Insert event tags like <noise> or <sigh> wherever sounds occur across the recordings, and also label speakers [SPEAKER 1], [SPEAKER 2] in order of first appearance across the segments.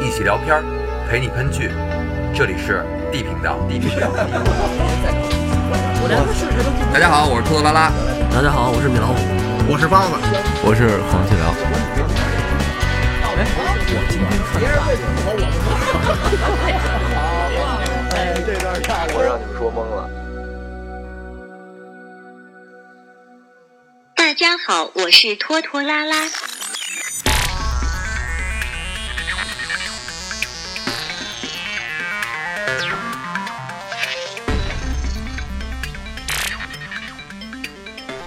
[SPEAKER 1] 一起聊片儿，陪你喷剧。这里是 D 频道，D 频道。大家好，我是兔子拉拉。
[SPEAKER 2] 大家好，我是米老虎。
[SPEAKER 3] 我是包子，
[SPEAKER 4] 我是黄细辽。
[SPEAKER 5] 大家好，我是拖拖拉拉。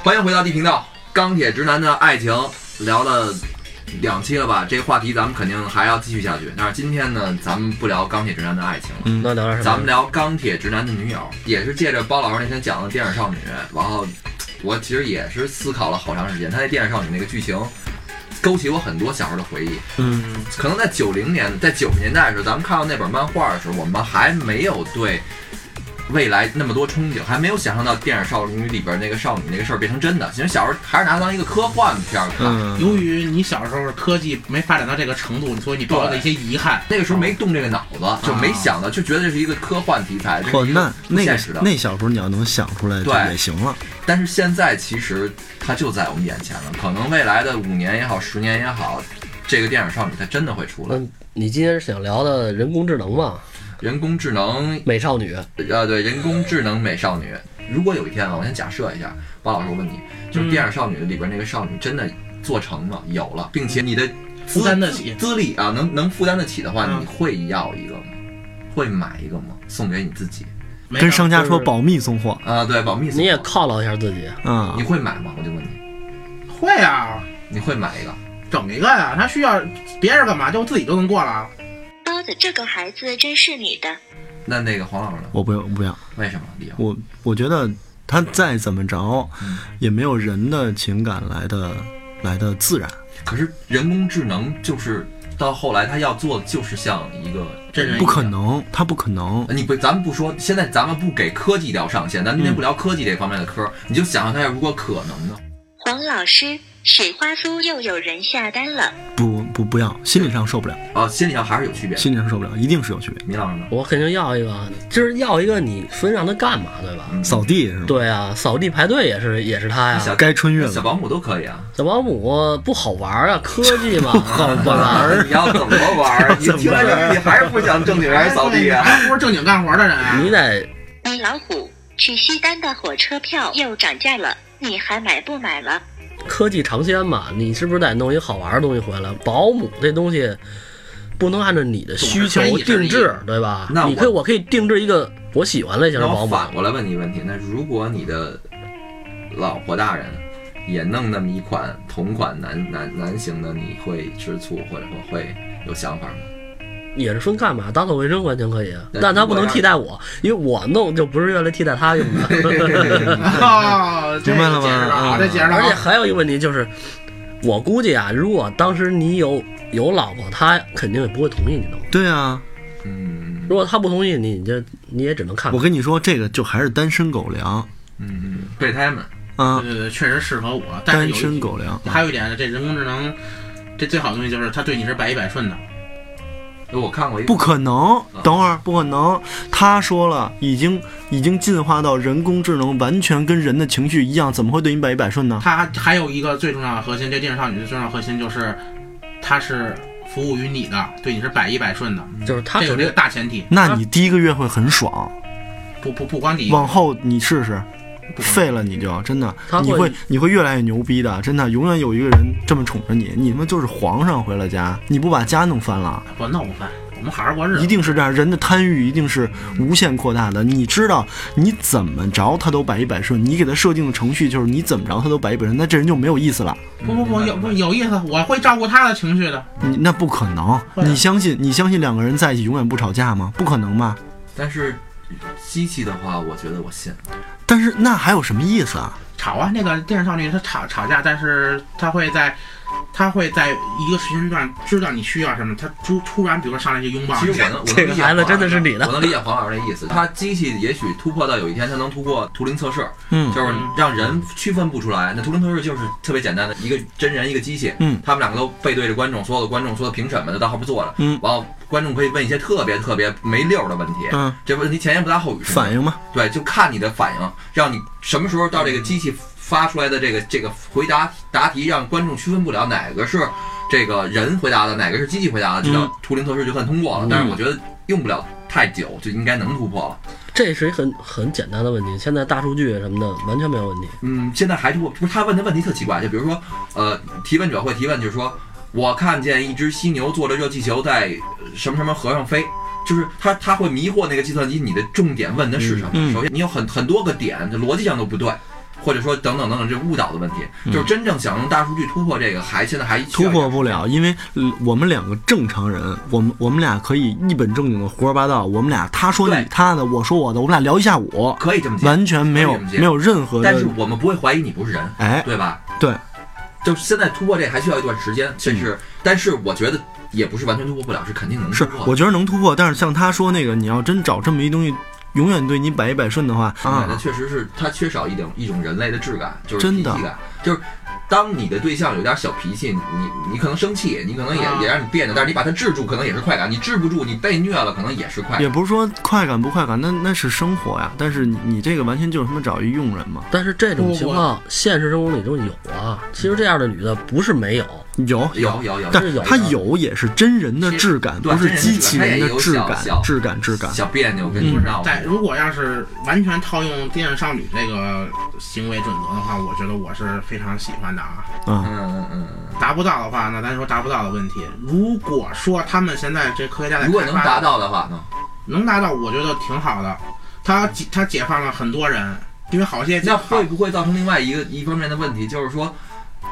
[SPEAKER 1] 欢迎回到 D 频道，钢铁直男的爱情聊了两期了吧？这个话题咱们肯定还要继续下去。但是今天呢，咱们不聊钢铁直男的爱情了。
[SPEAKER 4] 嗯
[SPEAKER 2] 那聊点什么？
[SPEAKER 1] 咱们聊钢铁直男的女友，也是借着包老师那天讲的电影少女，然后我其实也是思考了好长时间，他那电影少女那个剧情。勾起我很多小时候的回忆，
[SPEAKER 2] 嗯，
[SPEAKER 1] 可能在九零年，在九十年代的时候，咱们看到那本漫画的时候，我们还没有对未来那么多憧憬，还没有想象到电影少女里边那个少女那个事儿变成真的。其实小时候还是拿它当一个科幻片儿看，
[SPEAKER 4] 嗯，
[SPEAKER 3] 由于你小时候科技没发展到这个程度，所以你抱着一些遗憾。
[SPEAKER 1] 那个时候没动这个脑子，就
[SPEAKER 4] 啊
[SPEAKER 1] 没想到，就觉得这是一个科幻题材，这
[SPEAKER 4] 嚯，
[SPEAKER 1] 是一
[SPEAKER 4] 那
[SPEAKER 1] 不
[SPEAKER 4] 那
[SPEAKER 1] 现实
[SPEAKER 4] 个
[SPEAKER 1] 的。
[SPEAKER 4] 那小时候你要能想出来就
[SPEAKER 1] 对
[SPEAKER 4] 也行了。
[SPEAKER 1] 但是现在其实它就在我们眼前了，可能未来的五年也好，十年也好，这个电影少女它真的会出来。
[SPEAKER 2] 那你今天是想聊的人工智能吗？
[SPEAKER 1] 人工智能，
[SPEAKER 2] 美少女，
[SPEAKER 1] 呃，对，人工智能美少女。如果有一天啊，我先假设一下，包老师，我问你，就是电影少女里边那个少女真的做成了，有了，并且你的资
[SPEAKER 3] 负担得起
[SPEAKER 1] 资历啊，能能负担得起的话，
[SPEAKER 3] 嗯
[SPEAKER 1] 你会要一个吗？会买一个吗？送给你自己
[SPEAKER 3] 没
[SPEAKER 4] 跟
[SPEAKER 3] 事儿
[SPEAKER 4] 商家说
[SPEAKER 3] 就是
[SPEAKER 4] 保密送货
[SPEAKER 1] 啊？对，保密送。
[SPEAKER 2] 你也犒劳一下自己。
[SPEAKER 4] 啊
[SPEAKER 1] 你，会买吗？我就问你，
[SPEAKER 3] 会啊，
[SPEAKER 1] 你会买一个？
[SPEAKER 3] 整一个呀、他需要别人干嘛，就自己就能过了。
[SPEAKER 5] 包子，这个孩子真是你的。
[SPEAKER 1] 那那个黄老师呢？
[SPEAKER 4] 我不要不要，
[SPEAKER 1] 为什么？理由？
[SPEAKER 4] 我我觉得他再怎么着
[SPEAKER 1] 嗯，
[SPEAKER 4] 也没有人的情感来的来的自然。
[SPEAKER 1] 可是人工智能就是到后来，它要做的就是像一个
[SPEAKER 3] 真人
[SPEAKER 4] 不可。能，他不可能。
[SPEAKER 1] 你不，咱们不说，现在咱们不给科技聊上限，咱今天
[SPEAKER 4] 嗯
[SPEAKER 1] 不聊科技这方面的科，你就想想它如果可能呢？
[SPEAKER 5] 黄老师，水花酥又有人下单了。
[SPEAKER 4] 不不不要，心理上受不了，
[SPEAKER 1] 啊，心理上还是有区别。
[SPEAKER 4] 心理上受不了，一定是有区别。
[SPEAKER 1] 米老师呢？
[SPEAKER 2] 我肯定要一个，就是要一个，你分让他干嘛，对吧？
[SPEAKER 1] 嗯
[SPEAKER 4] 扫地是吗？，
[SPEAKER 2] 对啊，扫地排队也是也是他
[SPEAKER 1] 小
[SPEAKER 2] 呀。
[SPEAKER 4] 该穿越
[SPEAKER 1] 小
[SPEAKER 4] 了。
[SPEAKER 1] 保姆都可以啊。
[SPEAKER 2] 小保姆不好玩啊，科技嘛，好玩。
[SPEAKER 1] 你要怎么玩儿？你
[SPEAKER 4] 怎么
[SPEAKER 1] 听
[SPEAKER 4] 玩儿
[SPEAKER 1] 着，你还是不想正经人扫地啊？
[SPEAKER 3] 哎还不是正经干活的人啊
[SPEAKER 2] <laughs> 你！得
[SPEAKER 5] 米老虎，去西单的火车票又涨价了，你还买不买了？
[SPEAKER 2] 科技尝鲜嘛，你是不是得弄一好玩的东西回来？保姆这东西不能按照你的需求
[SPEAKER 3] 总是穿
[SPEAKER 2] 定
[SPEAKER 3] 一
[SPEAKER 2] 制
[SPEAKER 3] 身，
[SPEAKER 2] 对吧？
[SPEAKER 1] 那我
[SPEAKER 2] 你可以，我可以定制一个我喜欢类型的
[SPEAKER 1] 那
[SPEAKER 2] 保
[SPEAKER 1] 我
[SPEAKER 2] 姆。
[SPEAKER 1] 反过来问你一个问题：那如果你的老婆大人也弄那么一款同款男男男型的，你会吃醋或者说会有想法吗？
[SPEAKER 2] 也是分干嘛，打扫卫生完全可以，啊
[SPEAKER 1] 那
[SPEAKER 2] 但他
[SPEAKER 1] 如
[SPEAKER 2] 不
[SPEAKER 1] 果
[SPEAKER 2] 能
[SPEAKER 1] 要
[SPEAKER 2] 替代我，因为我弄就不是用来替代他用的。 <laughs>
[SPEAKER 3] 哦，这
[SPEAKER 4] 明白了吗
[SPEAKER 3] 解释
[SPEAKER 4] 嗯
[SPEAKER 3] 好，这解释了
[SPEAKER 2] 而且
[SPEAKER 3] 啊。
[SPEAKER 2] 还有一个问题就是，我估计啊，如果当时你有有老婆，她肯定也不会同意你弄。
[SPEAKER 4] 对啊，
[SPEAKER 1] 嗯
[SPEAKER 2] 如果她不同意你，你就你也只能看
[SPEAKER 4] 我。跟你说，这个就还是单身狗粮
[SPEAKER 1] 嗯，备胎们，
[SPEAKER 4] 啊
[SPEAKER 3] 对，对对，确实适合我，但是
[SPEAKER 4] 单
[SPEAKER 3] 有
[SPEAKER 4] 身
[SPEAKER 3] 一
[SPEAKER 4] 狗粮。
[SPEAKER 3] 还有一点，这人工智能，这最好的东西就是它对你是百依百顺的。
[SPEAKER 1] 我看过一
[SPEAKER 4] 不可能
[SPEAKER 1] 啊，
[SPEAKER 4] 等会儿不可能。他说了，已经已经进化到人工智能完全跟人的情绪一样，怎么会对你百依百顺呢？
[SPEAKER 3] 它还有一个最重要的核心，这电视少女的最重要的核心就是，它是服务于你的，对你是百依百顺的，
[SPEAKER 2] 就是她
[SPEAKER 3] 这有
[SPEAKER 2] 肯
[SPEAKER 3] 这
[SPEAKER 2] 定
[SPEAKER 3] 个，大前提。
[SPEAKER 4] 那你第一个月会很爽，
[SPEAKER 3] 不不不光第一，
[SPEAKER 4] 往后你试试，
[SPEAKER 3] 嗯不
[SPEAKER 4] 废了你就真的
[SPEAKER 2] 他，会
[SPEAKER 4] 你会你会越来越牛逼的，真的，永远有一个人这么宠着你，你们就是皇上回了家，你不把家弄翻了，
[SPEAKER 3] 我闹不翻，我们好好过日子。
[SPEAKER 4] 一定是这样，人的贪欲一定是无限扩大的。你知道你怎么着他都百依百顺，你给他设定的程序就是你怎么着他都百依百顺，那这人就没有意思了。
[SPEAKER 3] 不不不，有不有意思，我会照顾他的情绪的。
[SPEAKER 4] 你那不可能，
[SPEAKER 3] 会啊
[SPEAKER 4] 你相信你相信两个人在一起永远不吵架吗？不可能吧？
[SPEAKER 1] 但是机器的话，我觉得我信。
[SPEAKER 4] 但是那还有什么意思啊？
[SPEAKER 3] 吵啊，那个电视少女她吵吵架，但是她会在他会在一个时间段知道你需要什么，他突突然比如说上来就拥抱
[SPEAKER 1] 其
[SPEAKER 3] 你
[SPEAKER 1] 实，我能，我能
[SPEAKER 2] 这个
[SPEAKER 1] 理解
[SPEAKER 2] 孩子
[SPEAKER 1] 黄
[SPEAKER 2] 真的
[SPEAKER 1] 老
[SPEAKER 2] 是
[SPEAKER 1] 师
[SPEAKER 2] 你的
[SPEAKER 1] 我能理解黄老师的意思。他机器也许突破到有一天，它能突破图灵测试，
[SPEAKER 4] 嗯
[SPEAKER 1] 就是让人区分不出来。那图灵测试就是特别简单的一个真人一个机器，
[SPEAKER 4] 嗯
[SPEAKER 1] 他们两个都背对着观众，所有的观众、所有的评审们都到后边坐着，
[SPEAKER 4] 嗯
[SPEAKER 1] 然后观众可以问一些特别特别没溜儿的问题，
[SPEAKER 4] 嗯，
[SPEAKER 1] 这问题前言不搭后语，
[SPEAKER 4] 反应嘛，
[SPEAKER 1] 对，就看你的反应，让你什么时候到这个机器发出来的这个这个回答答题，让观众区分不了哪个是这个人回答的，哪个是机器回答的，这叫
[SPEAKER 4] 嗯
[SPEAKER 1] 图灵测试就算通过了。但是我觉得用不了太久，就应该能突破了。
[SPEAKER 2] 这是一很很简单的问题，现在大数据什么的完全没有问题。
[SPEAKER 1] 嗯，现在还突破，不是他问的问题特奇怪，就比如说，呃，提问者会提问，就是说我看见一只犀牛坐着热气球在呃什么什么河上飞。就是他，他会迷惑那个计算机，你的重点问的是什么？
[SPEAKER 4] 嗯嗯
[SPEAKER 1] 首先，你有很很多个点，这逻辑上都不对，或者说等等等等，这误导的问题。就是真正想用大数据突破这个，还现在还需
[SPEAKER 4] 突
[SPEAKER 1] 要
[SPEAKER 4] 破不了，因为呃我们两个正常人，我们我们俩可以一本正经的胡说八道，我们俩他说
[SPEAKER 1] 对
[SPEAKER 4] 你他的，我说我的，我们俩聊一下午，
[SPEAKER 1] 可以这么讲，
[SPEAKER 4] 完全没
[SPEAKER 1] 可
[SPEAKER 4] 有
[SPEAKER 1] 以这么接
[SPEAKER 4] 没有任何
[SPEAKER 1] 但是
[SPEAKER 4] 的，
[SPEAKER 1] 我们不会怀疑你不是人，
[SPEAKER 4] 哎，
[SPEAKER 1] 对吧？
[SPEAKER 4] 对，
[SPEAKER 1] 就是现在突破这还需要一段时间，甚至，但是我觉得也不是完全突破不了，是肯定能突
[SPEAKER 4] 是
[SPEAKER 1] 破的。
[SPEAKER 4] 我觉得能突破，但是像他说那个，你要真找这么一东西，永远对你百依百顺的话
[SPEAKER 1] 买的
[SPEAKER 4] 啊，
[SPEAKER 1] 确实是它缺少一种一种人类的质感，就是
[SPEAKER 4] 真的
[SPEAKER 1] 脾气感，就是当你的对象有点小脾气，你你可能生气，你可能也、
[SPEAKER 3] 啊
[SPEAKER 1] 也让你别扭，但是你把它治住，可能也是快感；你治不住，你被虐了，可能也是快
[SPEAKER 4] 也
[SPEAKER 1] 感。
[SPEAKER 4] 不是说快感不快感，那那是生活呀，但是你你这个完全就是他妈找一佣人嘛，
[SPEAKER 2] 但是这种
[SPEAKER 3] 不
[SPEAKER 2] 情况现实生活里就有啊。其实这样的女的不是没有，
[SPEAKER 4] 有
[SPEAKER 1] 有有有，
[SPEAKER 4] 但
[SPEAKER 2] 是有
[SPEAKER 4] 它
[SPEAKER 2] 的
[SPEAKER 4] 有也是真人的质感，
[SPEAKER 1] 对
[SPEAKER 4] 不是
[SPEAKER 1] 真人的
[SPEAKER 4] 机器人的质
[SPEAKER 1] 质感
[SPEAKER 4] 感
[SPEAKER 1] 它也有小，
[SPEAKER 4] 质感质感。嗯
[SPEAKER 1] 小别扭跟你闹。
[SPEAKER 3] 在如果要是完全套用电影少女这个行为准则的话，我觉得我是非常喜欢的啊。
[SPEAKER 1] 嗯嗯嗯嗯
[SPEAKER 3] 达不到的话，那咱说达不到的问题。如果说他们现在这科学家在
[SPEAKER 1] 嗯，如果能
[SPEAKER 3] 开发
[SPEAKER 1] 达到的话嗯呢？
[SPEAKER 3] 能达到，我觉得挺好的。他解他解放了很多人，因为好些
[SPEAKER 1] 那会不会造成另外一个一方面的问题，就是说，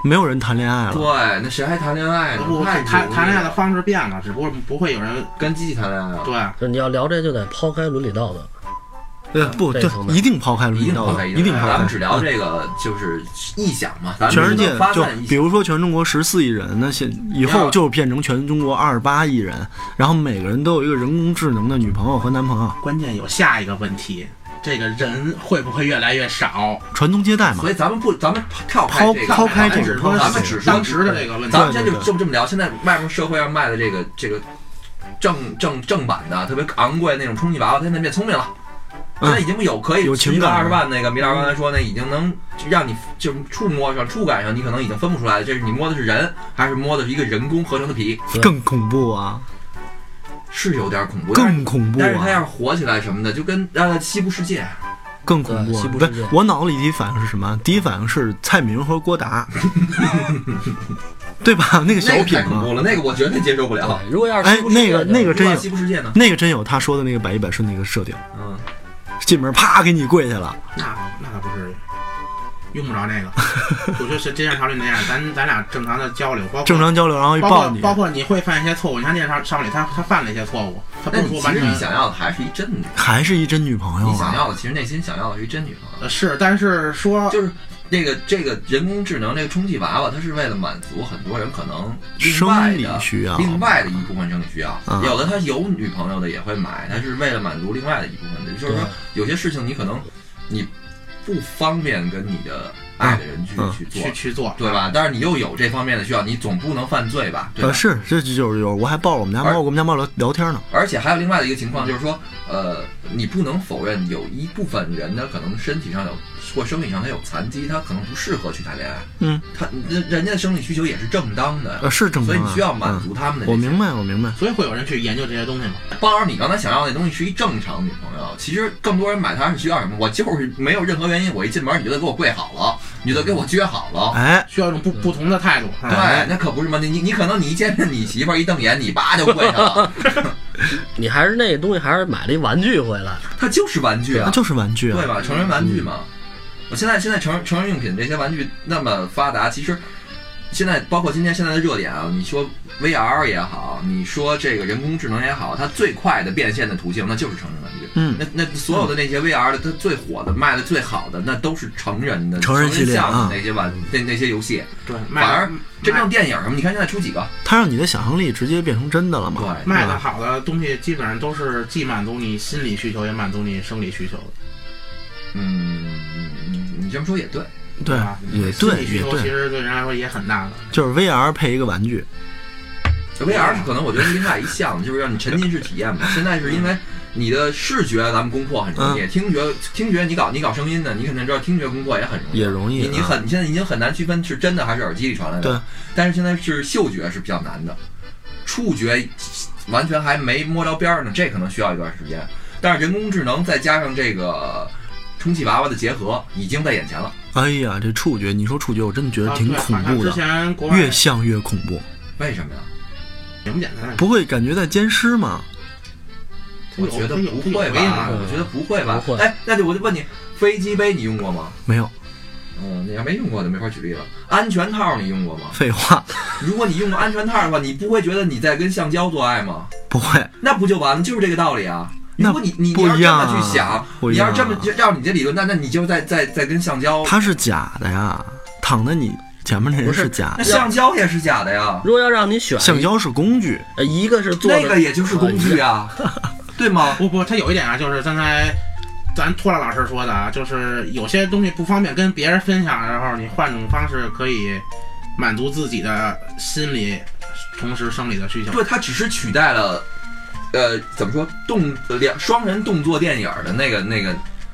[SPEAKER 4] 没有人谈恋爱
[SPEAKER 1] 对
[SPEAKER 4] 了，，
[SPEAKER 1] 那谁还谈恋爱呢？
[SPEAKER 3] 不
[SPEAKER 1] 太
[SPEAKER 3] 谈谈恋爱的
[SPEAKER 1] 了，
[SPEAKER 3] 方式变了，只不过不会有人
[SPEAKER 1] 跟机器谈恋爱了，
[SPEAKER 3] 对
[SPEAKER 2] 就是你要聊这就得抛开伦理道德。
[SPEAKER 4] 对呃不
[SPEAKER 2] 这
[SPEAKER 4] 对
[SPEAKER 2] 层，面
[SPEAKER 4] 一定抛开伦
[SPEAKER 1] 一
[SPEAKER 4] 理
[SPEAKER 1] 定
[SPEAKER 4] 道
[SPEAKER 1] 抛
[SPEAKER 4] 德，
[SPEAKER 1] 开，
[SPEAKER 4] 一定抛开。
[SPEAKER 1] 咱们只聊
[SPEAKER 4] 嗯
[SPEAKER 1] 这个就是臆想嘛，咱们
[SPEAKER 4] 全世界
[SPEAKER 1] 只能发
[SPEAKER 4] 就
[SPEAKER 1] 散一
[SPEAKER 4] 比如说全中国十四亿人，那现以后就变成全中国二十八亿人，然后每个人都有一个人工智能的女朋友和男朋友，
[SPEAKER 3] 关键有下一个问题，这个人会不会越来越少？
[SPEAKER 4] 传宗接代嘛
[SPEAKER 1] 所。以咱们不，咱们跳开
[SPEAKER 4] 抛
[SPEAKER 1] 这个
[SPEAKER 4] 抛开
[SPEAKER 3] 咱
[SPEAKER 4] 这
[SPEAKER 3] 只
[SPEAKER 4] 个
[SPEAKER 3] 是说
[SPEAKER 1] 咱们只是
[SPEAKER 3] 当时的这个问题
[SPEAKER 1] 咱。们先就
[SPEAKER 4] 对对对
[SPEAKER 1] 这么这么聊。现在外面社会上卖的这个这个正正正版的特别昂贵那种充气娃娃，它现在变聪明了。
[SPEAKER 4] 嗯
[SPEAKER 1] 现在已经有可以
[SPEAKER 4] 有情感了嗯
[SPEAKER 1] 二十万那个米老师刚才说那已经能让你就是触摸上触感上你可能已经分不出来了，这是你摸的是人还是摸的是一个人工合成的皮，
[SPEAKER 2] 对
[SPEAKER 4] 更恐怖啊，
[SPEAKER 1] 是有点恐怖。但是
[SPEAKER 4] 更恐怖
[SPEAKER 1] 但是它要
[SPEAKER 4] 啊，
[SPEAKER 1] 是火起来什么的，就跟让它西部世界，
[SPEAKER 4] 更恐怖、
[SPEAKER 2] 对西
[SPEAKER 4] 啊！
[SPEAKER 2] 部
[SPEAKER 4] 不
[SPEAKER 2] 世界
[SPEAKER 4] 是，我脑子里第一反应是什么？第一反应是蔡明和郭达，
[SPEAKER 3] <laughs>
[SPEAKER 4] 对吧？那个小
[SPEAKER 1] 那个
[SPEAKER 4] 品
[SPEAKER 1] 太恐
[SPEAKER 4] 嘛，
[SPEAKER 1] 怖了，那个我绝对接受不了。
[SPEAKER 2] 对，如果要是
[SPEAKER 4] 哎
[SPEAKER 2] 西部世界
[SPEAKER 4] 那个那个
[SPEAKER 1] 不知道
[SPEAKER 4] 真有
[SPEAKER 1] 西部世界呢？
[SPEAKER 4] 那个真有他说的那个百依百顺那个设定，
[SPEAKER 1] 嗯，
[SPEAKER 4] 进门啪给你跪下了，
[SPEAKER 3] 那那倒不至于，用不着那个。我觉得是电视少女那样，咱咱俩正常的交流，包括
[SPEAKER 4] 正常交流，然后一
[SPEAKER 3] 包
[SPEAKER 4] 抱
[SPEAKER 3] 括
[SPEAKER 4] 你，
[SPEAKER 3] 包括你会犯一些错误，你看电视上少女她她犯了一些错误，她不
[SPEAKER 1] 那
[SPEAKER 3] 是
[SPEAKER 1] 你
[SPEAKER 3] 说
[SPEAKER 1] 其
[SPEAKER 3] 完
[SPEAKER 1] 实你
[SPEAKER 3] 全
[SPEAKER 1] 想要的还是一真的，
[SPEAKER 4] 还是一真女朋友
[SPEAKER 1] 你想
[SPEAKER 4] 啊？
[SPEAKER 1] 要的其实内心想要的是一真女朋友，
[SPEAKER 3] 呃是，但是说
[SPEAKER 1] 就是这个这个人工智能这个充气娃娃，它是为了满足很多人可能另外
[SPEAKER 4] 生理
[SPEAKER 1] 的
[SPEAKER 4] 需要，
[SPEAKER 1] 另外的一部分生理需要
[SPEAKER 4] 啊，
[SPEAKER 1] 有的他有女朋友的也会买，他是为了满足另外的一部分的，就是说
[SPEAKER 2] 对
[SPEAKER 1] 有些事情你可能你不方便跟你的爱的人去
[SPEAKER 4] 嗯
[SPEAKER 1] 去做
[SPEAKER 3] 去。去做，
[SPEAKER 1] 对吧？但是你又有这方面的需要，你总不能犯罪吧？对吧啊
[SPEAKER 4] 呃，？是，这就是有，我还抱着我们家
[SPEAKER 1] 而
[SPEAKER 4] 猫，我们家猫聊聊天呢。
[SPEAKER 1] 而且还有另外的一个情况，就是说，呃，你不能否认有一部分人呢，可能身体上有或生理上他有残疾，他可能不适合去谈恋爱。
[SPEAKER 4] 嗯，
[SPEAKER 1] 他人人家的生理需求也是正当的，
[SPEAKER 4] 呃，是正
[SPEAKER 1] 所
[SPEAKER 4] 常、
[SPEAKER 1] 以
[SPEAKER 4] 啊，
[SPEAKER 1] 你需要满足他们的
[SPEAKER 4] 嗯。
[SPEAKER 1] 这
[SPEAKER 4] 我
[SPEAKER 1] 些。
[SPEAKER 4] 明白，我明白。
[SPEAKER 3] 所以会有人去研究这些东西嘛。
[SPEAKER 1] 包老师，你刚才想要那东西是一正常女朋友，其实更多人买它是需要什么？我就是没有任何原因，我一进门你就得给我跪好了，你就得给我撅好了。
[SPEAKER 4] 哎，
[SPEAKER 3] 需要一种不不同的态度，是吧
[SPEAKER 1] 对，那可不是嘛！你你你可能你一见面，你媳妇儿一瞪眼，你叭就跪下
[SPEAKER 4] <laughs>
[SPEAKER 1] 了，
[SPEAKER 2] 你还是那东西，还是买了一玩具回来。
[SPEAKER 1] 它就是玩具啊
[SPEAKER 4] 那，就是玩具啊嗯
[SPEAKER 1] 对。吧？成人玩具嘛，我现在现在成人成人用品这些玩具那么发达，其实现在包括今天现在的热点啊，你说 VR 也好，你说这个人工智能也好，它最快的变现的途径那就是成人玩具。
[SPEAKER 4] 嗯
[SPEAKER 1] 那那所有的那些 VR 的，它最火的、卖的最好的，那都是成人的
[SPEAKER 4] 成人系列
[SPEAKER 1] 向
[SPEAKER 4] 啊
[SPEAKER 1] 的那些玩那那些游戏。
[SPEAKER 4] 哎
[SPEAKER 3] 对，卖
[SPEAKER 1] 反而
[SPEAKER 3] 的
[SPEAKER 1] 真正电影什么，你看现在出几个？
[SPEAKER 4] 它让你的想象力直接变成真的了嘛？
[SPEAKER 1] 对
[SPEAKER 3] 卖的好的东西基本上都是既满足你心理需求，也满足你生理需求的，
[SPEAKER 1] 嗯，你这么说也对。
[SPEAKER 4] 对
[SPEAKER 3] 吧？嗯
[SPEAKER 4] 也
[SPEAKER 3] 心
[SPEAKER 4] 对，
[SPEAKER 3] 理需
[SPEAKER 4] 也
[SPEAKER 3] 求其
[SPEAKER 4] 对，
[SPEAKER 3] 实对人来说也很大的。
[SPEAKER 4] 就是 VR 配一个玩具，
[SPEAKER 1] VR 是可能我觉得另外一项，就是让你沉浸式体验嘛。现在是因为你的视觉咱们攻破很容易，
[SPEAKER 4] 嗯
[SPEAKER 1] 听觉听觉你搞你搞声音的，你肯定知道听觉攻破也很容易。
[SPEAKER 4] 也容易
[SPEAKER 1] 你
[SPEAKER 4] 啊。
[SPEAKER 1] 你很你现在已经很难区分是真的还是耳机里传来的。
[SPEAKER 4] 对。
[SPEAKER 1] 但是现在是嗅觉是比较难的，触觉完全还没摸着边儿呢，这可能需要一段时间。但是人工智能再加上这个充气娃娃的结合，已经在眼前了。
[SPEAKER 4] 哎呀，这触觉，你说触觉，我真觉得
[SPEAKER 3] 啊
[SPEAKER 4] 挺
[SPEAKER 3] 对
[SPEAKER 4] 恐
[SPEAKER 3] 好像
[SPEAKER 4] 怖
[SPEAKER 3] 之
[SPEAKER 4] 的，
[SPEAKER 3] 前国外
[SPEAKER 4] 越像越恐怖，
[SPEAKER 1] 为什么呀？
[SPEAKER 3] 简不简单？
[SPEAKER 4] 不会感觉在奸尸吗？
[SPEAKER 1] 我觉得
[SPEAKER 3] 它有
[SPEAKER 1] 不
[SPEAKER 3] 它有
[SPEAKER 1] 会
[SPEAKER 3] 回应
[SPEAKER 1] 吧
[SPEAKER 3] 啊，
[SPEAKER 1] 我觉得不会吧。
[SPEAKER 2] 不会
[SPEAKER 1] 哎，那就我就问你，飞机杯你用过吗？
[SPEAKER 4] 没有，
[SPEAKER 1] 嗯，你要没用过就没法举例了。安全套你用过吗？
[SPEAKER 4] 废话， <laughs>
[SPEAKER 1] 如果你用过安全套的话，你不会觉得你在跟橡胶做爱吗？
[SPEAKER 4] 不会。
[SPEAKER 1] 那不就完了？就是这个道理啊。
[SPEAKER 4] 那
[SPEAKER 1] 如果你你
[SPEAKER 4] 不
[SPEAKER 1] 你要
[SPEAKER 4] 一
[SPEAKER 1] 这
[SPEAKER 4] 样
[SPEAKER 1] 么
[SPEAKER 4] 啊
[SPEAKER 1] 去想，
[SPEAKER 4] 不一
[SPEAKER 1] 你
[SPEAKER 4] 样
[SPEAKER 1] 要
[SPEAKER 4] 啊
[SPEAKER 1] 是这么就照你这理论，那那你就在在在跟橡胶，
[SPEAKER 4] 它是假的呀，躺在你前面那人
[SPEAKER 2] 不是
[SPEAKER 4] 假
[SPEAKER 1] 那
[SPEAKER 4] 的，
[SPEAKER 1] 橡胶也是假的呀，
[SPEAKER 2] 如果要让你选，
[SPEAKER 4] 橡胶是工具，
[SPEAKER 2] 呃一个是做
[SPEAKER 1] 那个也就是工具啊，对吗？
[SPEAKER 3] 不不，它有一点啊，就是刚才咱托拉老师说的啊，就是有些东西不方便跟别人分享，然后你换种方式可以满足自己的心理，同时生理的需求。
[SPEAKER 1] 对，它只是取代了，呃，怎么说动呃两双人动作电影儿的那个那个，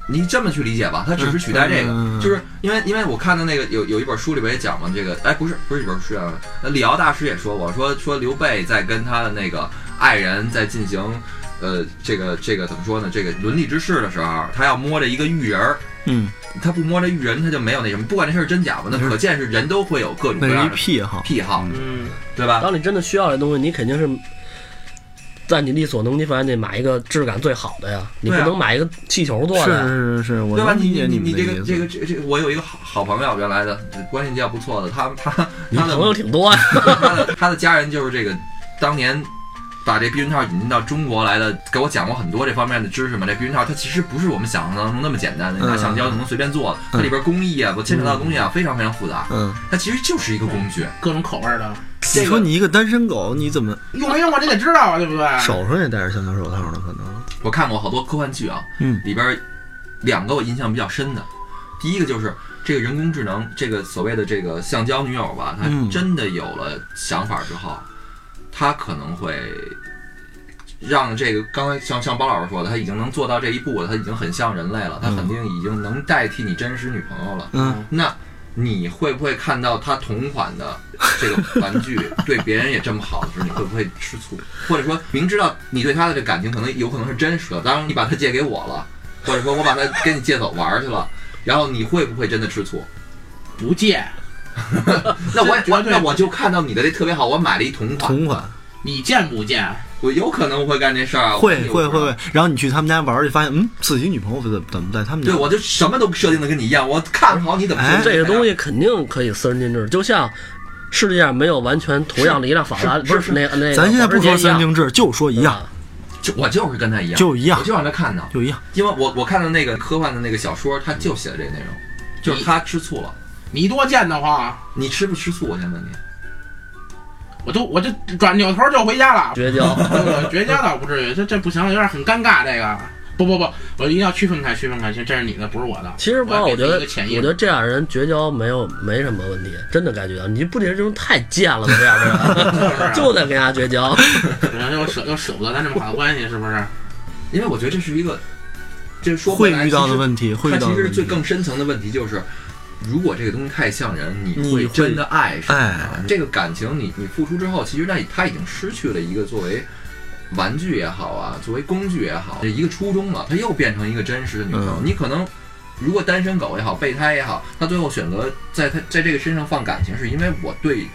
[SPEAKER 1] 你这么去理解吧，它只是取代这个，
[SPEAKER 4] 嗯嗯嗯
[SPEAKER 1] 就是因为因为我看到那个有有一本书里边也讲嘛，这个哎不是不是一本书啊，呃李敖大师也说过，说说刘备在跟他的那个爱人在进行。呃，这个这个怎么说呢？这个伦理之事的时候，他要摸着一个玉人儿，
[SPEAKER 4] 嗯，
[SPEAKER 1] 他不摸着玉人，他就没有那什么。不管这事儿真假吧，那可见是人都会有各种各
[SPEAKER 4] 那是
[SPEAKER 1] 样
[SPEAKER 4] 一
[SPEAKER 1] 的
[SPEAKER 4] 癖好。
[SPEAKER 1] 癖好，
[SPEAKER 3] 嗯，
[SPEAKER 1] 对吧？
[SPEAKER 2] 啊当你真的需要这东西，你肯定是在你力所能及范围内买一个质感最好的呀，你不
[SPEAKER 1] 对啊
[SPEAKER 2] 能买一个气球做
[SPEAKER 4] 是
[SPEAKER 2] 的呀。
[SPEAKER 4] 是是是，我
[SPEAKER 1] 对吧？
[SPEAKER 4] 能
[SPEAKER 1] 你
[SPEAKER 4] 理解
[SPEAKER 1] 你
[SPEAKER 4] 们的
[SPEAKER 1] 这
[SPEAKER 4] 意
[SPEAKER 1] 个
[SPEAKER 4] 思。
[SPEAKER 1] 这个这个这个，我有一个好好朋友，原来的关系比较不错的，他他
[SPEAKER 2] 你
[SPEAKER 1] 他
[SPEAKER 2] 朋友
[SPEAKER 1] 的
[SPEAKER 2] 挺多呀，
[SPEAKER 1] 他的他的家人就是这个当年。把这避孕套引进到中国来的，给我讲过很多这方面的知识嘛。这避孕套它其实不是我们想象当中那么简单的，你拿
[SPEAKER 4] 嗯
[SPEAKER 1] 橡胶就能随便做的，它里边工艺啊，牵扯到的东西啊，非常非常复杂。
[SPEAKER 4] 嗯，
[SPEAKER 1] 它其实就是一个工具。
[SPEAKER 3] 各种口味的，
[SPEAKER 1] 这
[SPEAKER 4] 你
[SPEAKER 1] 个
[SPEAKER 4] 说你一个单身狗，你怎么
[SPEAKER 3] 用没用过你得知道啊，对不对？
[SPEAKER 1] 哎
[SPEAKER 4] 手上也戴着橡胶手套呢？可能
[SPEAKER 1] 我看过好多科幻剧啊，
[SPEAKER 4] 嗯，
[SPEAKER 1] 里边两个我印象比较深的，第一个就是这个人工智能，这个所谓的这个橡胶女友吧，她
[SPEAKER 4] 嗯
[SPEAKER 1] 真的有了想法之后，她可能会让这个刚才像像包老师说的，她已经能做到这一步了，她已经很像人类了，她肯定已经能代替你真实女朋友了。
[SPEAKER 4] 嗯，
[SPEAKER 1] 那你会不会看到她同款的这个玩具对别人也这么好的时候，你会不会吃醋？或者说明知道你对她的这感情可能有可能是真实的，当然你把它借给我了，或者说我把它跟你借走玩儿去了，然后你会不会真的吃醋？
[SPEAKER 3] 不借，
[SPEAKER 1] 那我也
[SPEAKER 3] 这
[SPEAKER 1] 我
[SPEAKER 3] 绝对
[SPEAKER 1] 那我就看到你的这特别好，我买了一同款，
[SPEAKER 4] 同款
[SPEAKER 3] 你见不见？
[SPEAKER 1] 我有可能会干这事儿啊，
[SPEAKER 4] 会
[SPEAKER 1] 我
[SPEAKER 4] 会会。会。然后你去他们家玩儿，就发现嗯，自己女朋友怎么怎么在他们家
[SPEAKER 1] 对，？我就什么都设定的跟你一样，我看好你怎么
[SPEAKER 4] 哎
[SPEAKER 1] 说
[SPEAKER 2] 这个东西肯定可以私人定制，就像世界上没有完全同样的一辆法拉利，
[SPEAKER 1] 是
[SPEAKER 2] 不
[SPEAKER 1] 是
[SPEAKER 2] 是那那个
[SPEAKER 4] 咱现在不说
[SPEAKER 2] 保时捷一
[SPEAKER 4] 三
[SPEAKER 2] 样
[SPEAKER 4] 明治，就说一样，
[SPEAKER 2] 啊
[SPEAKER 1] 就我就是跟他一样，
[SPEAKER 4] 就一样
[SPEAKER 1] 我就让他看到，
[SPEAKER 4] 就一样。
[SPEAKER 1] 因为我我看到那个科幻的那个小说，他就写的这个内容，就是他吃醋了。
[SPEAKER 3] 你多见的话，
[SPEAKER 1] 你吃不吃醋？我先问你。
[SPEAKER 3] 我就我就转扭头就回家了。
[SPEAKER 2] 绝交。
[SPEAKER 3] 呃绝交倒不至于，这这不行，有点很尴尬。这个不不不，我一定要区分开，区分开，这这是你的，不是我的。
[SPEAKER 2] 其实吧，
[SPEAKER 3] 我
[SPEAKER 2] 我
[SPEAKER 3] 要给
[SPEAKER 2] 觉
[SPEAKER 3] 自己
[SPEAKER 2] 得
[SPEAKER 3] 一个潜意
[SPEAKER 2] 我觉得这样人绝交没有没什么问题，真的该绝交。你不觉得这种太贱了吗？这样
[SPEAKER 3] <laughs> 是
[SPEAKER 2] 的
[SPEAKER 3] 不啊是
[SPEAKER 2] 人就得跟他绝交。
[SPEAKER 3] 然后又舍又舍不得咱这么好的关系，是不是？
[SPEAKER 1] 因为我觉得这是一个，这个说
[SPEAKER 4] 会遇到的
[SPEAKER 1] 题，
[SPEAKER 4] 问题，会
[SPEAKER 1] 它
[SPEAKER 4] 遇到
[SPEAKER 1] 其
[SPEAKER 4] 的
[SPEAKER 1] 实
[SPEAKER 4] 问
[SPEAKER 1] 最
[SPEAKER 4] 题。
[SPEAKER 1] 更深层的问题就是，如果这个东西太像人，
[SPEAKER 4] 你
[SPEAKER 1] 你会
[SPEAKER 4] 会
[SPEAKER 1] 真的爱上它
[SPEAKER 4] 哎
[SPEAKER 1] 这个感情你，你付出之后，其实那它已经失去了一个作为玩具也好啊，作为工具也好，这一个初衷了，它又变成一个真实的女朋友。
[SPEAKER 4] 嗯
[SPEAKER 1] 你可能。如果单身狗也好，备胎也好，他最后选择在他在这个身上放感情，是因为我对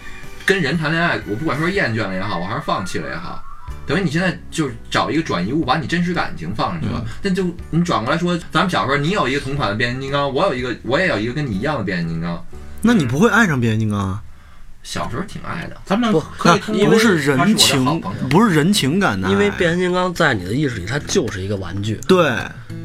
[SPEAKER 1] 跟人谈恋爱，我不管说厌倦了也好，我还是放弃了也好，等于你现在就是找一个转移物，把你真实感情放上去了。
[SPEAKER 4] 嗯
[SPEAKER 1] 那、就你转过来说，咱们小时候你有一个同款的变形金刚，我有一个，我也有一个跟你一样的变形金刚，
[SPEAKER 4] 那你不会爱上变形金刚啊？
[SPEAKER 1] 小时候挺爱的，
[SPEAKER 3] 咱们
[SPEAKER 2] 不
[SPEAKER 3] 可以
[SPEAKER 2] <laughs>
[SPEAKER 3] 通
[SPEAKER 2] 因
[SPEAKER 4] 不
[SPEAKER 2] 为
[SPEAKER 3] 过
[SPEAKER 4] 是
[SPEAKER 1] 他是
[SPEAKER 4] 人
[SPEAKER 1] 我的好
[SPEAKER 4] 情
[SPEAKER 1] 朋友，
[SPEAKER 4] 不是人情感的爱，
[SPEAKER 2] 因为变形金刚在你的意识里，它就是一个玩具。
[SPEAKER 4] 对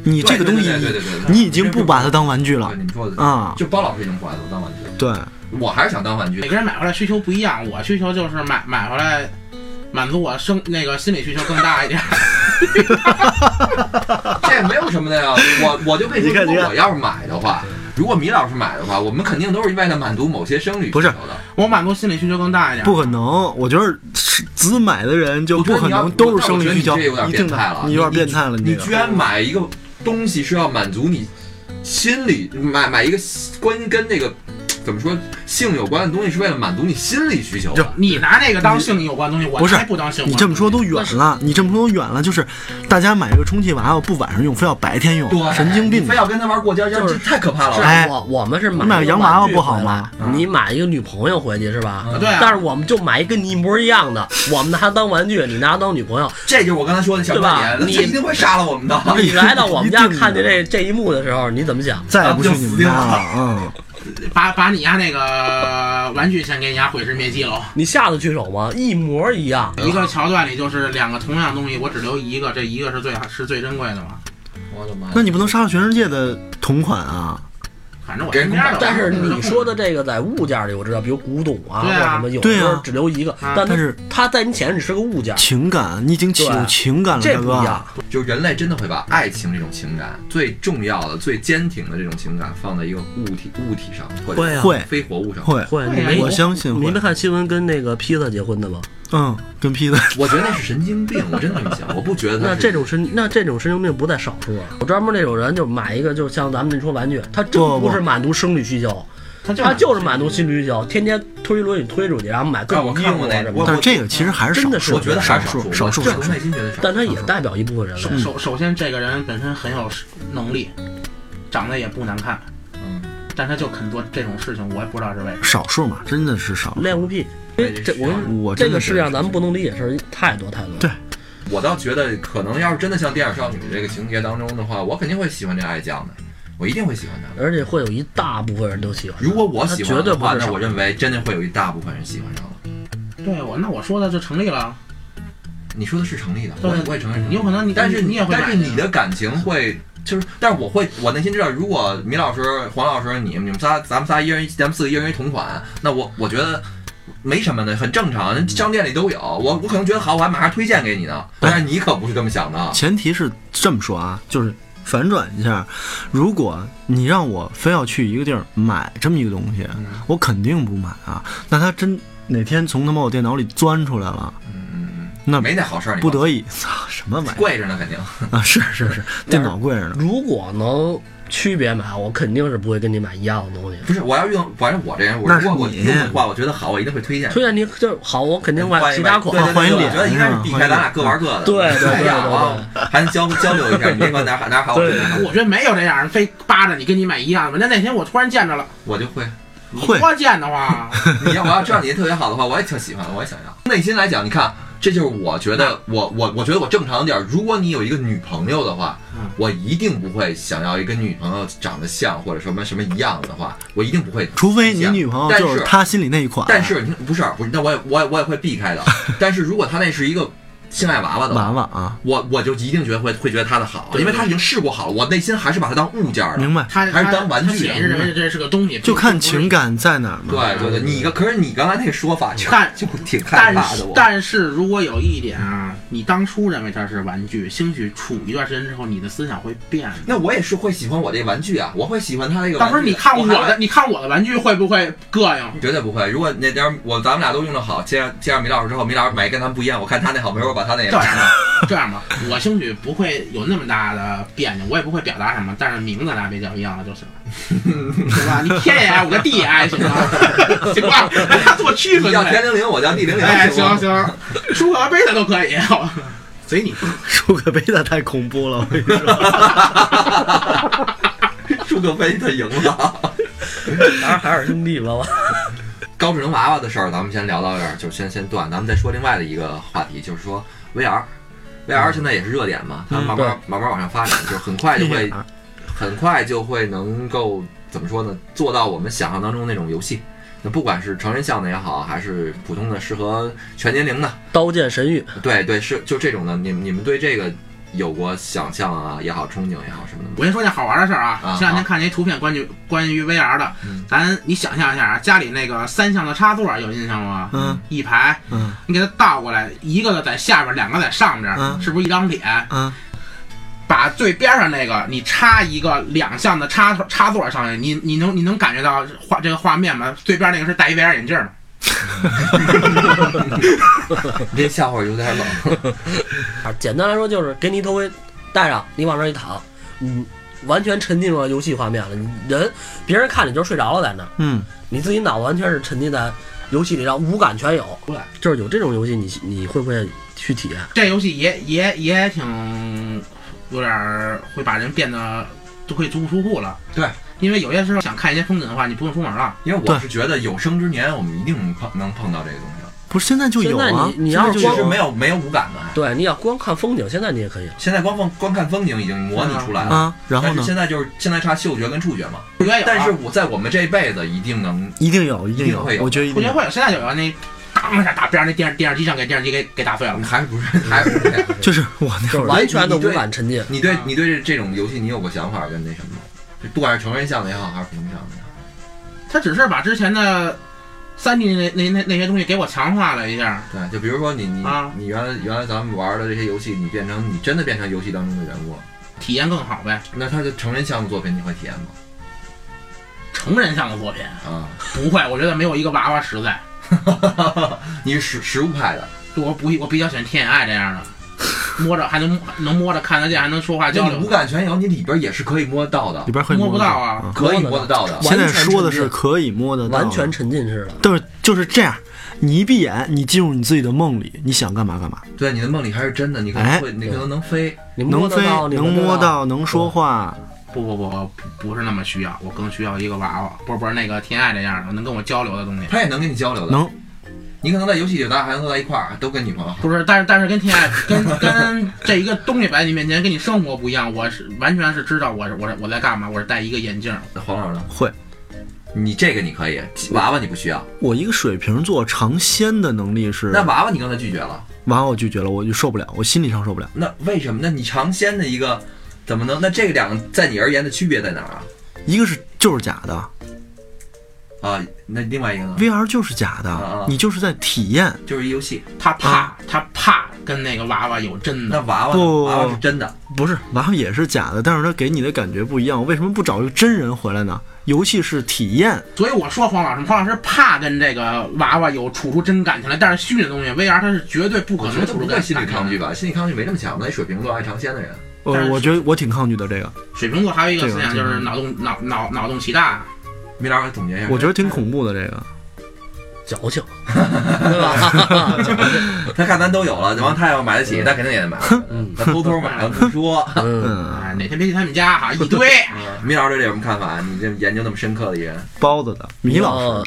[SPEAKER 4] 你这个东西
[SPEAKER 1] 对对对对对对，
[SPEAKER 4] 你已经不把它当玩具了
[SPEAKER 1] 对你们说的
[SPEAKER 4] 啊
[SPEAKER 1] 就包老师已经不爱我当玩具，
[SPEAKER 4] 对，
[SPEAKER 1] 我还是想当玩具
[SPEAKER 3] 每。个人买回来需求不一样，我需求就是买买回来满足我生那个心理需求更大一点。 <laughs>
[SPEAKER 1] 这也没有什么的呀。我我就跟你
[SPEAKER 4] 你
[SPEAKER 1] 说，
[SPEAKER 4] 看
[SPEAKER 1] 如
[SPEAKER 4] 你
[SPEAKER 1] 果
[SPEAKER 4] 看
[SPEAKER 1] 我要是买的话，如果米老师买的话，我们肯定都是为了满足某些生理需求
[SPEAKER 4] 不是
[SPEAKER 1] 的。
[SPEAKER 3] 我满足心理需求更大一点。
[SPEAKER 4] 不可能，我觉得是只买的人就
[SPEAKER 1] 我觉
[SPEAKER 4] 不
[SPEAKER 1] 得
[SPEAKER 4] 可
[SPEAKER 1] 你要
[SPEAKER 4] 能都是生理需
[SPEAKER 1] 我
[SPEAKER 4] 求，
[SPEAKER 1] 觉得你这有点
[SPEAKER 4] 一定
[SPEAKER 1] 变态了
[SPEAKER 4] 的，你有点变态了，
[SPEAKER 1] 你
[SPEAKER 4] 这
[SPEAKER 1] 居
[SPEAKER 4] 个
[SPEAKER 1] 然买一个东西是要满足你心理，买买一个关跟那个怎么说性有关的东西，是为了满足你心理需求的。
[SPEAKER 3] 你拿那个当性有关的东西，我
[SPEAKER 4] 不是
[SPEAKER 3] 才不当性有
[SPEAKER 4] 你
[SPEAKER 3] 关的东西。
[SPEAKER 4] 这么说都远了，你这么说都远了，就是大家买一个充气娃娃不晚上用，非要白天用，
[SPEAKER 1] 对，
[SPEAKER 4] 神经病
[SPEAKER 1] 你非！要跟他玩过家家，
[SPEAKER 2] 就是
[SPEAKER 1] 这太可怕
[SPEAKER 2] 是
[SPEAKER 1] 了。
[SPEAKER 2] 啊
[SPEAKER 4] 哎
[SPEAKER 2] 我我们是买
[SPEAKER 4] 你买个
[SPEAKER 2] 一
[SPEAKER 4] 洋
[SPEAKER 2] 玩
[SPEAKER 4] 娃娃
[SPEAKER 2] 具
[SPEAKER 4] 不好
[SPEAKER 2] 回来
[SPEAKER 4] 吗？嗯
[SPEAKER 2] 你买一个女朋友回去是吧？
[SPEAKER 3] 对啊
[SPEAKER 2] 但是我们就买一跟你一模一样的，我们拿它当玩具，你拿它当女朋友。
[SPEAKER 1] 这就是我刚才说的小
[SPEAKER 2] 对
[SPEAKER 1] 观
[SPEAKER 2] 吧
[SPEAKER 1] 点，那
[SPEAKER 2] 你
[SPEAKER 1] 这一定会杀了我们的。
[SPEAKER 2] 你来到我们家
[SPEAKER 4] 哎一定的
[SPEAKER 2] 看见这这一幕的时候，你怎么想？
[SPEAKER 4] 再也不去你们家了
[SPEAKER 1] 啊，
[SPEAKER 4] 嗯，
[SPEAKER 3] 把把你家那个玩具先给你家毁尸灭迹喽。
[SPEAKER 2] 你下得去手吗？一模一样。
[SPEAKER 1] 嗯
[SPEAKER 3] 一个桥段里就是两个同样东西，我只留一个，这一个是最是最珍贵的嘛。
[SPEAKER 1] 我的妈呀！
[SPEAKER 4] 那你不能杀了全世界的同款啊！
[SPEAKER 3] 反正我
[SPEAKER 1] 给人
[SPEAKER 3] 身边的，
[SPEAKER 2] 但是
[SPEAKER 3] 我
[SPEAKER 2] 你说的这个在物件里，我知道，比如古董啊或
[SPEAKER 3] 对
[SPEAKER 2] 者
[SPEAKER 3] 啊
[SPEAKER 2] 什么，有
[SPEAKER 4] 对啊
[SPEAKER 2] 时候只留一个，
[SPEAKER 3] 啊
[SPEAKER 2] 但它
[SPEAKER 4] 但是
[SPEAKER 2] 它在你显示只是个物件，
[SPEAKER 4] 情感，你已经起有
[SPEAKER 2] 对
[SPEAKER 4] 情感了，
[SPEAKER 2] 这
[SPEAKER 4] 大
[SPEAKER 2] 不一样
[SPEAKER 4] 哥。。
[SPEAKER 1] 就人类真的会把爱情这种情感最重要的、最坚挺的这种情感放在一个物体物体上，或者
[SPEAKER 2] 会啊
[SPEAKER 4] 会
[SPEAKER 1] 非活物上。
[SPEAKER 4] 会，
[SPEAKER 2] 会，你
[SPEAKER 3] 会啊
[SPEAKER 2] 没
[SPEAKER 4] 我相信
[SPEAKER 2] 你
[SPEAKER 4] 会
[SPEAKER 2] 没，看新闻跟那个披萨结婚的吗？
[SPEAKER 4] 嗯，跟 P 的，
[SPEAKER 1] 我觉得那是神经病，我真的这么想，我不觉得他
[SPEAKER 2] 那
[SPEAKER 1] 是
[SPEAKER 2] 这种神，那这种神经病不在少数啊。有专门那种人，就买一个，就像咱们这说玩具，他真
[SPEAKER 4] 不不
[SPEAKER 2] 不是满足生理需求，
[SPEAKER 3] 他就
[SPEAKER 2] 他就是满足心理需求，天天推轮椅推出去，然后买各
[SPEAKER 1] 啊我
[SPEAKER 2] 种衣
[SPEAKER 1] 看
[SPEAKER 2] 服
[SPEAKER 1] 过
[SPEAKER 2] 啊
[SPEAKER 1] 那
[SPEAKER 2] 什
[SPEAKER 1] 我
[SPEAKER 2] 么的。
[SPEAKER 4] 但是这个其实还是
[SPEAKER 2] 真的
[SPEAKER 4] 少
[SPEAKER 2] 是
[SPEAKER 4] 数，
[SPEAKER 1] 我觉得还
[SPEAKER 4] 少
[SPEAKER 1] 是
[SPEAKER 4] 数，
[SPEAKER 1] 少
[SPEAKER 4] 少
[SPEAKER 1] 数，
[SPEAKER 4] 数，
[SPEAKER 1] 我
[SPEAKER 4] 少
[SPEAKER 1] 从
[SPEAKER 4] 数
[SPEAKER 1] 内。心觉得少数。
[SPEAKER 2] 但他也代表一部分人
[SPEAKER 4] 嗯
[SPEAKER 3] 首
[SPEAKER 2] 类。
[SPEAKER 3] 首首先这个人本身很有能力，长得也不难看，
[SPEAKER 1] 嗯，
[SPEAKER 3] 但他就肯做这种事情，我也不知道是为什么。
[SPEAKER 4] 少数嘛，真的是少数。
[SPEAKER 2] 恋物癖，因为这我跟
[SPEAKER 4] 我
[SPEAKER 2] 这
[SPEAKER 4] 真
[SPEAKER 2] 个
[SPEAKER 4] 的
[SPEAKER 2] 世
[SPEAKER 4] 是
[SPEAKER 2] 界上咱们不能理解事儿太多太多。
[SPEAKER 4] 对
[SPEAKER 1] 我倒觉得可能要是真的像电影少女这个情节当中的话，我肯定会喜欢这爱酱的，我一定会喜欢他。
[SPEAKER 2] 而且会有一大部分人都喜欢。
[SPEAKER 1] 如果我喜
[SPEAKER 2] 他
[SPEAKER 1] 欢
[SPEAKER 2] 绝对
[SPEAKER 1] 的
[SPEAKER 2] 不
[SPEAKER 1] 话，
[SPEAKER 2] 是少
[SPEAKER 1] 那
[SPEAKER 2] 数
[SPEAKER 1] 我认为真的会有一大部分人喜欢上了。
[SPEAKER 3] 对我，那我说的就成立了。
[SPEAKER 1] 你说的是成立的，我
[SPEAKER 3] 对
[SPEAKER 1] 也我也承认成立
[SPEAKER 3] 有可能你
[SPEAKER 1] 但是
[SPEAKER 3] 嗯你也会
[SPEAKER 1] 嗯
[SPEAKER 3] 买
[SPEAKER 1] 但是你的感情会就是，但是我会，我内心知道，如果米老师、黄老师、你们你们仨，咱们仨一人一，咱们四个一人一同款，那我我觉得。没什么的，很正常，人商店里都有。我我可能觉得好，我还马上推荐给你呢。但是你可不是这么想的，
[SPEAKER 4] 前提是这么说啊，就是反转一下，如果你让我非要去一个地儿买这么一个东西，
[SPEAKER 2] 嗯
[SPEAKER 4] 我肯定不买啊。那他真哪天从他妈我电脑里钻出来了，
[SPEAKER 2] 嗯
[SPEAKER 4] 那
[SPEAKER 1] 没那好事儿，你
[SPEAKER 4] 不
[SPEAKER 1] 放
[SPEAKER 4] 得已，操什么玩意
[SPEAKER 1] 贵着呢，肯定。
[SPEAKER 4] 儿啊？是是是，电脑贵着呢。
[SPEAKER 2] 如果能区别买，我肯定是不会跟你买一样的东西。
[SPEAKER 1] 不是，我要用，反正我这人，我
[SPEAKER 4] 那是
[SPEAKER 1] 如果我
[SPEAKER 4] 你
[SPEAKER 1] 用的话，我觉得好，我一定会推荐。
[SPEAKER 2] 推荐你就是好，我肯定买其他款。
[SPEAKER 1] 对对对
[SPEAKER 4] 换一
[SPEAKER 1] 对
[SPEAKER 4] 脸
[SPEAKER 1] 我觉得应
[SPEAKER 4] 嗯
[SPEAKER 1] 该是避开咱俩各玩各的。
[SPEAKER 2] 对
[SPEAKER 1] <laughs>
[SPEAKER 2] 对对
[SPEAKER 1] 哎呀我还能交交流一下，你那个哪儿哪儿好，我
[SPEAKER 2] 对
[SPEAKER 1] 这哪儿好
[SPEAKER 3] 我觉得没有这样人非扒着你跟你买一样的。那那天我突然见着了，
[SPEAKER 1] 我就会。
[SPEAKER 3] 你
[SPEAKER 4] 会
[SPEAKER 3] 多见
[SPEAKER 1] <laughs>
[SPEAKER 3] 的话，
[SPEAKER 1] 你要我要知道你特别好的话，我也挺喜欢的，我也想要。内心来讲，你看，这就是我觉得
[SPEAKER 4] 嗯
[SPEAKER 1] 我我我觉得我正常点儿。如果你有一个女朋友的话
[SPEAKER 3] 嗯，
[SPEAKER 1] 我一定不会想要一个女朋友长得像或者什么什么一样的话，我一定不会。
[SPEAKER 4] 除非你女朋友就是他心里那一款，
[SPEAKER 1] 但是你不是不是，那我也我也我也会避
[SPEAKER 4] <laughs>
[SPEAKER 1] 开的。但是如果他那是一个性爱娃娃的话
[SPEAKER 4] 娃娃啊，
[SPEAKER 1] 我我就一定觉得会会觉得他的好，
[SPEAKER 3] 对
[SPEAKER 1] 因为他已经试过好了，我内心还是把他当物件儿的。
[SPEAKER 4] 明白？
[SPEAKER 3] 他
[SPEAKER 1] 还是
[SPEAKER 3] 他
[SPEAKER 1] 当玩具
[SPEAKER 3] 他显示认为这是个东西，
[SPEAKER 4] 就看
[SPEAKER 3] 不是
[SPEAKER 4] 情。感在哪儿嘛。
[SPEAKER 1] 对对对，你个可是你刚才那个说法就
[SPEAKER 3] 但
[SPEAKER 1] 就挺害
[SPEAKER 3] 但
[SPEAKER 1] 怕的
[SPEAKER 3] 是
[SPEAKER 1] 我。
[SPEAKER 3] 但是如果有一点啊，你当初认为它是玩具，兴许处一段时间之后，你的思想会变的。
[SPEAKER 1] 那我也是会喜欢我这玩具啊，我会喜欢他那个玩具。
[SPEAKER 3] 到时候你看我
[SPEAKER 1] 我还
[SPEAKER 3] 的，你看我的玩具会不会膈应？
[SPEAKER 1] 绝对不会。如果那点我咱们俩都用的好，接上接上米老师之后，米老师买一跟咱们不一样，我看他那好，没准我把他那也
[SPEAKER 3] 这样
[SPEAKER 1] <laughs>
[SPEAKER 3] 吧， <laughs> 这样吧，我兴许不会有那么大的别扭，我也不会表达什么，但是名字咱俩别叫一样了就行了，
[SPEAKER 1] <laughs>
[SPEAKER 3] 行吧？你天也爱我，个地也爱，行吗？行吧？让他做区
[SPEAKER 1] 你
[SPEAKER 3] 分
[SPEAKER 1] 叫
[SPEAKER 3] 呗
[SPEAKER 1] 天。灵灵，我叫地灵灵。
[SPEAKER 3] <laughs> 哎，
[SPEAKER 1] 行吗
[SPEAKER 3] 行，行，舒克和贝塔都可以，好吧随你。
[SPEAKER 4] 舒克贝塔太恐
[SPEAKER 1] <laughs>
[SPEAKER 4] 怖了，我跟你说。
[SPEAKER 1] 舒克菲他赢了。
[SPEAKER 2] 当然海尔兄弟吧， <laughs> 我
[SPEAKER 1] 高智能娃娃的事儿，咱们先聊到这儿，就先先断。咱们再说另外的一个话题，就是说 VR。VR 现在也是热点嘛，它慢慢、慢慢往上发展，就很快就会，很快就会能够怎么说呢？做到我们想象当中那种游戏，那不管是成人向的也好，还是普通的适合全年龄的，
[SPEAKER 2] 刀剑神域，
[SPEAKER 1] 对对，是就这种的。你们你们对这个有过想象啊也好，憧憬也好什么的吗？
[SPEAKER 3] 我先说件好玩的事儿啊，
[SPEAKER 1] 啊
[SPEAKER 3] 前两天看那图片关于关于 VR 的，咱你想象一下啊，家里那个三项的插座有印象吗？
[SPEAKER 4] 嗯，
[SPEAKER 3] 一排，
[SPEAKER 4] 嗯
[SPEAKER 3] 你给它倒过来，一个在下边，两个在上边，
[SPEAKER 4] 嗯
[SPEAKER 3] 是不是一张脸？
[SPEAKER 4] 啊，
[SPEAKER 3] 把最边上那个你插一个两项的插插座上去，你你能你能感觉到画这个画面吗？最边那个是戴一 VR 眼镜的，
[SPEAKER 1] 你这笑话有点冷。
[SPEAKER 2] 啊简单来说就是给你一头盔戴上，你往那儿一躺，你完全沉浸入了游戏画面了。你人别人看你就是睡着了在那儿，
[SPEAKER 4] 嗯，
[SPEAKER 2] 你自己脑子完全是沉浸在游戏里，然后五感全有。就是有这种游戏你，你会不会去体验？
[SPEAKER 3] 这游戏也也也挺有点儿会把人变得都可以足不出户了。
[SPEAKER 1] 对，
[SPEAKER 3] 因为有些时候想看一些风景的话，你不用出门了。
[SPEAKER 1] 因为我
[SPEAKER 4] 对
[SPEAKER 1] 是觉得有生之年我们一定碰能碰到这个东西了。
[SPEAKER 4] 不是现在就有
[SPEAKER 2] 现在
[SPEAKER 4] 啊
[SPEAKER 2] 你，你要是
[SPEAKER 4] 现在就
[SPEAKER 1] 其
[SPEAKER 4] 有
[SPEAKER 2] 光
[SPEAKER 1] 实没有没有五感的，还
[SPEAKER 2] 对，你要光看风景，现在你也可以。
[SPEAKER 1] 现在光放光看风景已经模拟出来了。
[SPEAKER 4] 啊，然后
[SPEAKER 1] 但是
[SPEAKER 4] 呢，
[SPEAKER 1] 现在就是现在差嗅觉跟触觉嘛，
[SPEAKER 3] 我觉得有、啊，
[SPEAKER 1] 但是我在我们这一辈子一定能
[SPEAKER 4] 一定有，一定
[SPEAKER 1] 一定会有
[SPEAKER 4] 我觉得一
[SPEAKER 3] 我
[SPEAKER 4] 定
[SPEAKER 3] 觉得
[SPEAKER 4] 有，
[SPEAKER 3] 会有，现在有啊，那当一下打边上那电视电视机上给电视机给给打碎了。
[SPEAKER 1] <laughs> 还不是还不是这
[SPEAKER 4] <laughs>
[SPEAKER 1] 样。
[SPEAKER 4] 就是我那会儿
[SPEAKER 2] 完全的无感沉浸。
[SPEAKER 1] 你对
[SPEAKER 3] 啊
[SPEAKER 1] 你对这这种游戏你有过想法跟那什么吗？不管是成人向的也好，还是普通向的也好，
[SPEAKER 3] 他只是把之前的三 D 那那那那些东西给我强化了一下。
[SPEAKER 1] 对，就比如说你你、
[SPEAKER 3] 啊
[SPEAKER 1] 你原来原来咱们玩的这些游戏，你变成你真的变成游戏当中的人物了，
[SPEAKER 3] 体验更好呗，
[SPEAKER 1] 那它的成人向的作品你会体验吗？
[SPEAKER 3] 成人向的作品
[SPEAKER 1] 啊， <laughs>
[SPEAKER 3] 不会，我觉得没有一个娃娃实在。
[SPEAKER 1] 你是实实物派的，
[SPEAKER 3] 我不我比较喜欢天眼爱这样的，摸着还能能摸着看得见，还能说话
[SPEAKER 1] 就
[SPEAKER 3] 交
[SPEAKER 1] 你五
[SPEAKER 3] 流。
[SPEAKER 1] 感全有，你里边也是可以摸得到的
[SPEAKER 4] 里，边会
[SPEAKER 3] 摸不
[SPEAKER 4] 得
[SPEAKER 3] 到啊
[SPEAKER 1] 可以摸得到的
[SPEAKER 2] 完。
[SPEAKER 4] 现在
[SPEAKER 2] 全沉
[SPEAKER 4] 说的
[SPEAKER 2] 浸
[SPEAKER 4] 是可以摸呃得到的，啊
[SPEAKER 2] 完全沉浸式的，
[SPEAKER 4] 但是就是这样，你一闭眼，你进入你自己的梦里，你想干嘛干嘛，
[SPEAKER 1] 对，你的梦里还是真的，你可能
[SPEAKER 4] 哎
[SPEAKER 1] 会，你可能能飞。
[SPEAKER 2] 你摸
[SPEAKER 4] 能
[SPEAKER 2] 得
[SPEAKER 4] 飞
[SPEAKER 2] 到，，你
[SPEAKER 4] 能
[SPEAKER 2] 闻得
[SPEAKER 4] 摸，到，能说话，
[SPEAKER 3] 不不不，我不不是那么需要，我更需要一个娃娃，不是不是那个天爱这样的能跟我交流的东西。
[SPEAKER 1] 他也能跟你交流的，
[SPEAKER 4] 能
[SPEAKER 1] 你可能在游戏里，大家还能在一块儿，都跟女朋友好。
[SPEAKER 3] 不是，但是但是跟天爱跟跟这一个东西摆在你面前，跟你生活不一样。我是完全是知道我是我是我在干嘛，我是戴一个眼镜，
[SPEAKER 1] 黄老师呢？
[SPEAKER 4] 会。
[SPEAKER 1] 你这个你可以，娃娃你不需要。
[SPEAKER 4] 我一个水瓶座尝鲜的能力是，
[SPEAKER 1] 那娃娃你刚才拒绝了，
[SPEAKER 4] 完我拒绝了，我就受不了，我心理上受不了。
[SPEAKER 1] 那为什么呢？你尝鲜的一个怎么能？那这个两个在你而言的区别在哪儿啊？
[SPEAKER 4] 一个是就是假的
[SPEAKER 1] 啊，那另外一个呢？
[SPEAKER 4] ，VR 就是假
[SPEAKER 1] 啊
[SPEAKER 4] 的，你就是在体验。
[SPEAKER 1] 就是一游戏。
[SPEAKER 3] 他怕
[SPEAKER 4] 啊
[SPEAKER 3] 他怕跟那个娃娃有真
[SPEAKER 1] 那
[SPEAKER 3] 的。
[SPEAKER 1] 娃娃呢
[SPEAKER 4] 不
[SPEAKER 1] 娃娃是真的，
[SPEAKER 4] 不是，娃娃也是假的，但是它给你的感觉不一样。为什么不找一个真人回来呢？游戏是体验，
[SPEAKER 3] 所以我说黄老师，黄老师怕跟这个娃娃有处出真感情来，但是虚拟的东西 VR 它是绝对不可
[SPEAKER 1] 我
[SPEAKER 3] 能
[SPEAKER 1] 觉得
[SPEAKER 3] 处
[SPEAKER 1] 不
[SPEAKER 3] 出
[SPEAKER 1] 会
[SPEAKER 3] 感
[SPEAKER 1] 心理
[SPEAKER 3] 情
[SPEAKER 1] 抗拒
[SPEAKER 3] 的。
[SPEAKER 1] 吧？心理抗拒没那么强的，水瓶座爱尝鲜的人。
[SPEAKER 4] 我
[SPEAKER 3] 但是
[SPEAKER 4] 我觉得我挺抗拒的这个，
[SPEAKER 3] 水瓶座还有一个
[SPEAKER 4] 这个
[SPEAKER 1] 啊
[SPEAKER 3] 思想就
[SPEAKER 4] 这
[SPEAKER 3] 是
[SPEAKER 4] 个
[SPEAKER 3] 脑洞脑脑脑洞奇大，
[SPEAKER 1] 米老师总结一下，
[SPEAKER 4] 我觉得挺恐怖的这个。
[SPEAKER 2] 矫
[SPEAKER 4] <laughs>
[SPEAKER 2] 情，对吧？ <laughs>
[SPEAKER 1] <laughs> 他看咱都有了，完他要买得起，他肯定也得买。
[SPEAKER 2] 嗯
[SPEAKER 1] 他偷偷 <laughs> 买了不说。啊
[SPEAKER 4] <laughs>
[SPEAKER 2] 嗯，
[SPEAKER 4] 嗯，
[SPEAKER 3] 哎，哪天别去他们家哈，一
[SPEAKER 1] <laughs>
[SPEAKER 3] 堆。
[SPEAKER 1] 米老师对这有什么看法？你这研究那么深刻的一人，
[SPEAKER 4] 包子的米老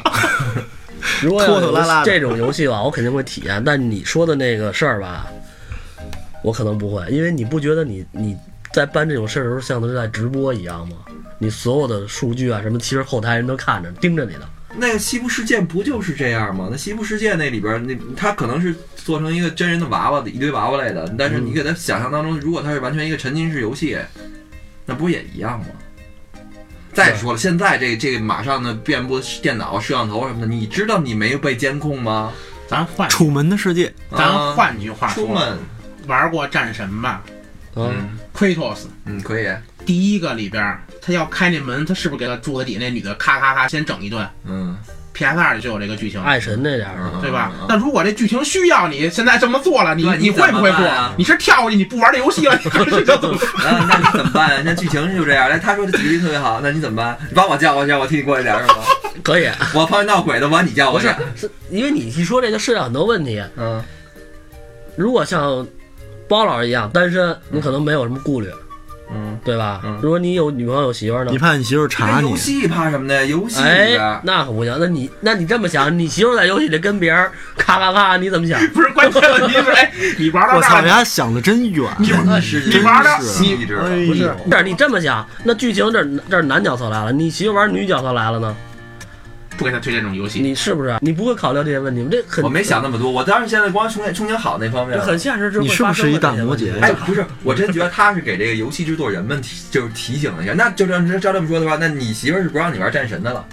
[SPEAKER 4] <laughs> 师，
[SPEAKER 2] 师，呃如果要有
[SPEAKER 4] 拖拖拉拉的
[SPEAKER 2] 这种游戏吧，我肯定会体验。但你说的那个事儿吧，我可能不会，因为你不觉得你你在办这种事儿的时候，像是在直播一样吗？你所有的数据啊什么，其实后台人都看着盯着你呢。
[SPEAKER 1] 那个西部世界不就是这样吗？那西部世界那里边儿，那他可能是做成一个真人的娃娃的一堆娃娃类的，但
[SPEAKER 3] 嗯
[SPEAKER 1] 是你给他想象当中，如果他是完全一个沉浸式游戏，那不也一样吗？再说了，现在这这个马上的遍布电脑、摄像头什么的，你知道你没有被监控吗？
[SPEAKER 3] 咱换，
[SPEAKER 4] 《楚门的世界》
[SPEAKER 1] 啊
[SPEAKER 3] 咱换句话
[SPEAKER 1] 出
[SPEAKER 3] 说，
[SPEAKER 1] 门，
[SPEAKER 3] 玩过战神吧
[SPEAKER 2] 嗯，
[SPEAKER 1] 嗯
[SPEAKER 3] ？Kratos
[SPEAKER 1] 嗯，可以，
[SPEAKER 3] 第一个里边儿，他要开那门，他是不是给他柱子底下那女的咔咔咔先整一顿
[SPEAKER 1] 嗯，
[SPEAKER 3] ？PS 二里就有这个剧情，
[SPEAKER 2] 爱神这点
[SPEAKER 1] 嗯
[SPEAKER 2] 儿
[SPEAKER 1] 嗯
[SPEAKER 2] 啊，
[SPEAKER 3] 对吧
[SPEAKER 1] 嗯？
[SPEAKER 3] 那如果这剧情需要你现在这么做了，你
[SPEAKER 1] 对你
[SPEAKER 3] 会不会
[SPEAKER 1] 怎么办啊
[SPEAKER 3] 做？你是跳过去，你不玩这游戏了，你还是这么？
[SPEAKER 1] 啊，那你怎么办？那剧情就这样。来，他说的举例特别好，那你怎么办？你把我叫过去，我替你过一点是吗？
[SPEAKER 2] 可以。 <laughs>
[SPEAKER 1] 我碰见闹鬼的，我把你叫
[SPEAKER 2] 不
[SPEAKER 1] 过去
[SPEAKER 2] 是。，是因为你一说这就涉及到很多问题。
[SPEAKER 1] 嗯，
[SPEAKER 2] 如果像包老师一样单身，你可能没有什么顾虑，
[SPEAKER 1] 嗯，
[SPEAKER 2] 对吧？
[SPEAKER 1] 嗯
[SPEAKER 2] 如果你有女朋友、有媳妇儿呢
[SPEAKER 4] 你？怕你媳妇儿查
[SPEAKER 1] 这
[SPEAKER 4] 你
[SPEAKER 1] 游，戏怕什么的？游戏里
[SPEAKER 2] 哎
[SPEAKER 1] 边，，
[SPEAKER 2] 那可不行。那你那你这么想，你媳妇儿在游戏里跟别人咔咔咔，你怎么想？
[SPEAKER 3] <laughs>
[SPEAKER 2] <laughs>
[SPEAKER 3] 不是关键问题是，哎，你玩到
[SPEAKER 4] 我
[SPEAKER 3] 这
[SPEAKER 4] 操，
[SPEAKER 3] 儿
[SPEAKER 4] 人
[SPEAKER 3] 了，
[SPEAKER 4] 家想的真远。
[SPEAKER 1] 真的是
[SPEAKER 3] 你玩的
[SPEAKER 1] 细致
[SPEAKER 4] 哎
[SPEAKER 1] 了。
[SPEAKER 4] 呦
[SPEAKER 2] 不是，这你这么想，那剧情这儿这儿男角色来了，你媳妇儿玩女角色来了呢？
[SPEAKER 3] 不给他推荐这种游戏。
[SPEAKER 2] 你是不是啊？你不会考虑到这些问题吗？这很
[SPEAKER 1] 我没想那么多，我当时现在光憧憬憧憬好那方面
[SPEAKER 2] 这
[SPEAKER 1] 了。
[SPEAKER 2] 很现实，这会
[SPEAKER 4] 你是不是一大摩羯
[SPEAKER 1] 哎，不是，我真觉得他是给这个游戏制作人们提，就是提醒了一下。那就这样，照这么说的话，那你媳妇儿是不让你玩战神的了。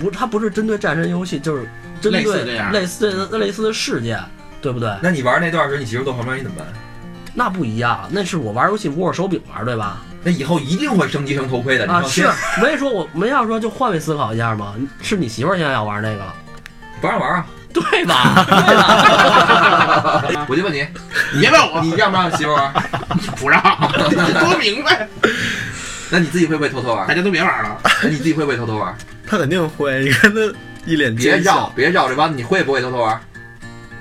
[SPEAKER 2] 不，它不是针对战神游戏，就是针
[SPEAKER 3] 类似
[SPEAKER 2] 对
[SPEAKER 3] 这样
[SPEAKER 2] 类似类似的事件，对不对？
[SPEAKER 1] 那你玩那段时候，你媳妇儿坐旁边，你怎么办？
[SPEAKER 2] 那不一样，那是我玩游戏握着手柄玩，对吧？
[SPEAKER 1] 那以后一定会升级成头盔的，你
[SPEAKER 2] 啊，
[SPEAKER 1] 放心
[SPEAKER 2] 是，没说我没要说就换位思考一下吗？是你媳妇儿现在要玩那个，
[SPEAKER 1] 不让玩啊！
[SPEAKER 2] <laughs> 对吧？对吧？啊
[SPEAKER 1] 我就问你，
[SPEAKER 3] 你别问我，
[SPEAKER 1] 你让不让媳妇儿玩？ <laughs>
[SPEAKER 3] 不让， <laughs> 多明白，
[SPEAKER 1] 那你自己会不会偷偷
[SPEAKER 3] 大
[SPEAKER 2] <laughs>
[SPEAKER 1] 玩？
[SPEAKER 3] 家都别玩了。
[SPEAKER 1] 那你自己会不会偷偷玩？
[SPEAKER 4] 他肯定会，你看他一脸
[SPEAKER 1] 别
[SPEAKER 4] 奸
[SPEAKER 1] 绕
[SPEAKER 4] 笑。，
[SPEAKER 1] 别绕这弯子，你会不会偷偷玩？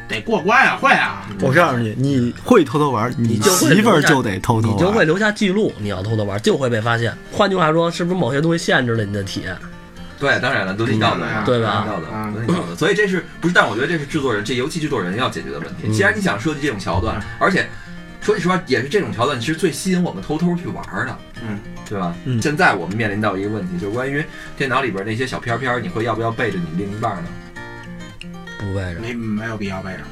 [SPEAKER 3] 得过关啊，会啊，
[SPEAKER 4] 我告诉你，你会偷偷玩，你
[SPEAKER 2] 就会
[SPEAKER 4] 媳妇儿
[SPEAKER 2] 留下
[SPEAKER 4] 就得偷偷
[SPEAKER 2] 你就
[SPEAKER 4] 玩。
[SPEAKER 2] 会留下记录，你要偷偷玩就会被发现。换句话说，是不是某些东西限制了你的体验？
[SPEAKER 1] 对，当然了，伦理道啊德呀，
[SPEAKER 2] 对吧
[SPEAKER 1] 伦理道德，
[SPEAKER 3] 嗯
[SPEAKER 1] 伦理道德。所以这是不是？但我觉得这是制作人，这游戏制作人要解决的问题。
[SPEAKER 2] 嗯
[SPEAKER 1] 既然你想设计这种桥段
[SPEAKER 3] 嗯，
[SPEAKER 1] 而且说句实话，也是这种桥段其实最吸引我们偷偷去玩儿的，
[SPEAKER 3] 嗯，
[SPEAKER 1] 对吧？
[SPEAKER 4] 嗯
[SPEAKER 1] 现在我们面临到一个问题，就是关于电脑里边那些小片片儿，你会要不要背着你另一半儿呢？
[SPEAKER 2] 不为什么
[SPEAKER 3] 没没有必要为什么。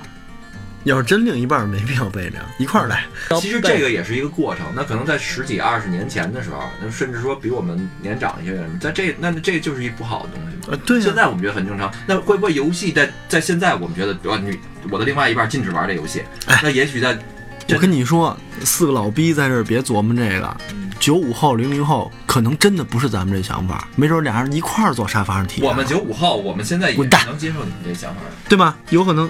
[SPEAKER 4] 要是真另一半儿没必要背着，一块儿来。
[SPEAKER 1] 其实这个也是一个过程。那可能在十几二十年前的时候，那甚至说比我们年长一些人，在这那这就是一不好的东西嘛。
[SPEAKER 4] 呃，对
[SPEAKER 1] 现
[SPEAKER 4] 呀、
[SPEAKER 1] 在我们觉得很正常。那会不会游戏在在现在我们觉得，比如说你我的另外一半禁止玩这游戏，那也许在
[SPEAKER 4] 我跟你说，四个老逼在这儿别琢磨这个。九五后、零零后可能真的不是咱们这想法，没准俩人一块儿坐沙发上体验，
[SPEAKER 1] 我们九五后，我们现在也
[SPEAKER 4] 滚蛋
[SPEAKER 1] 能接受你们这想法的。
[SPEAKER 4] 对吧？有可能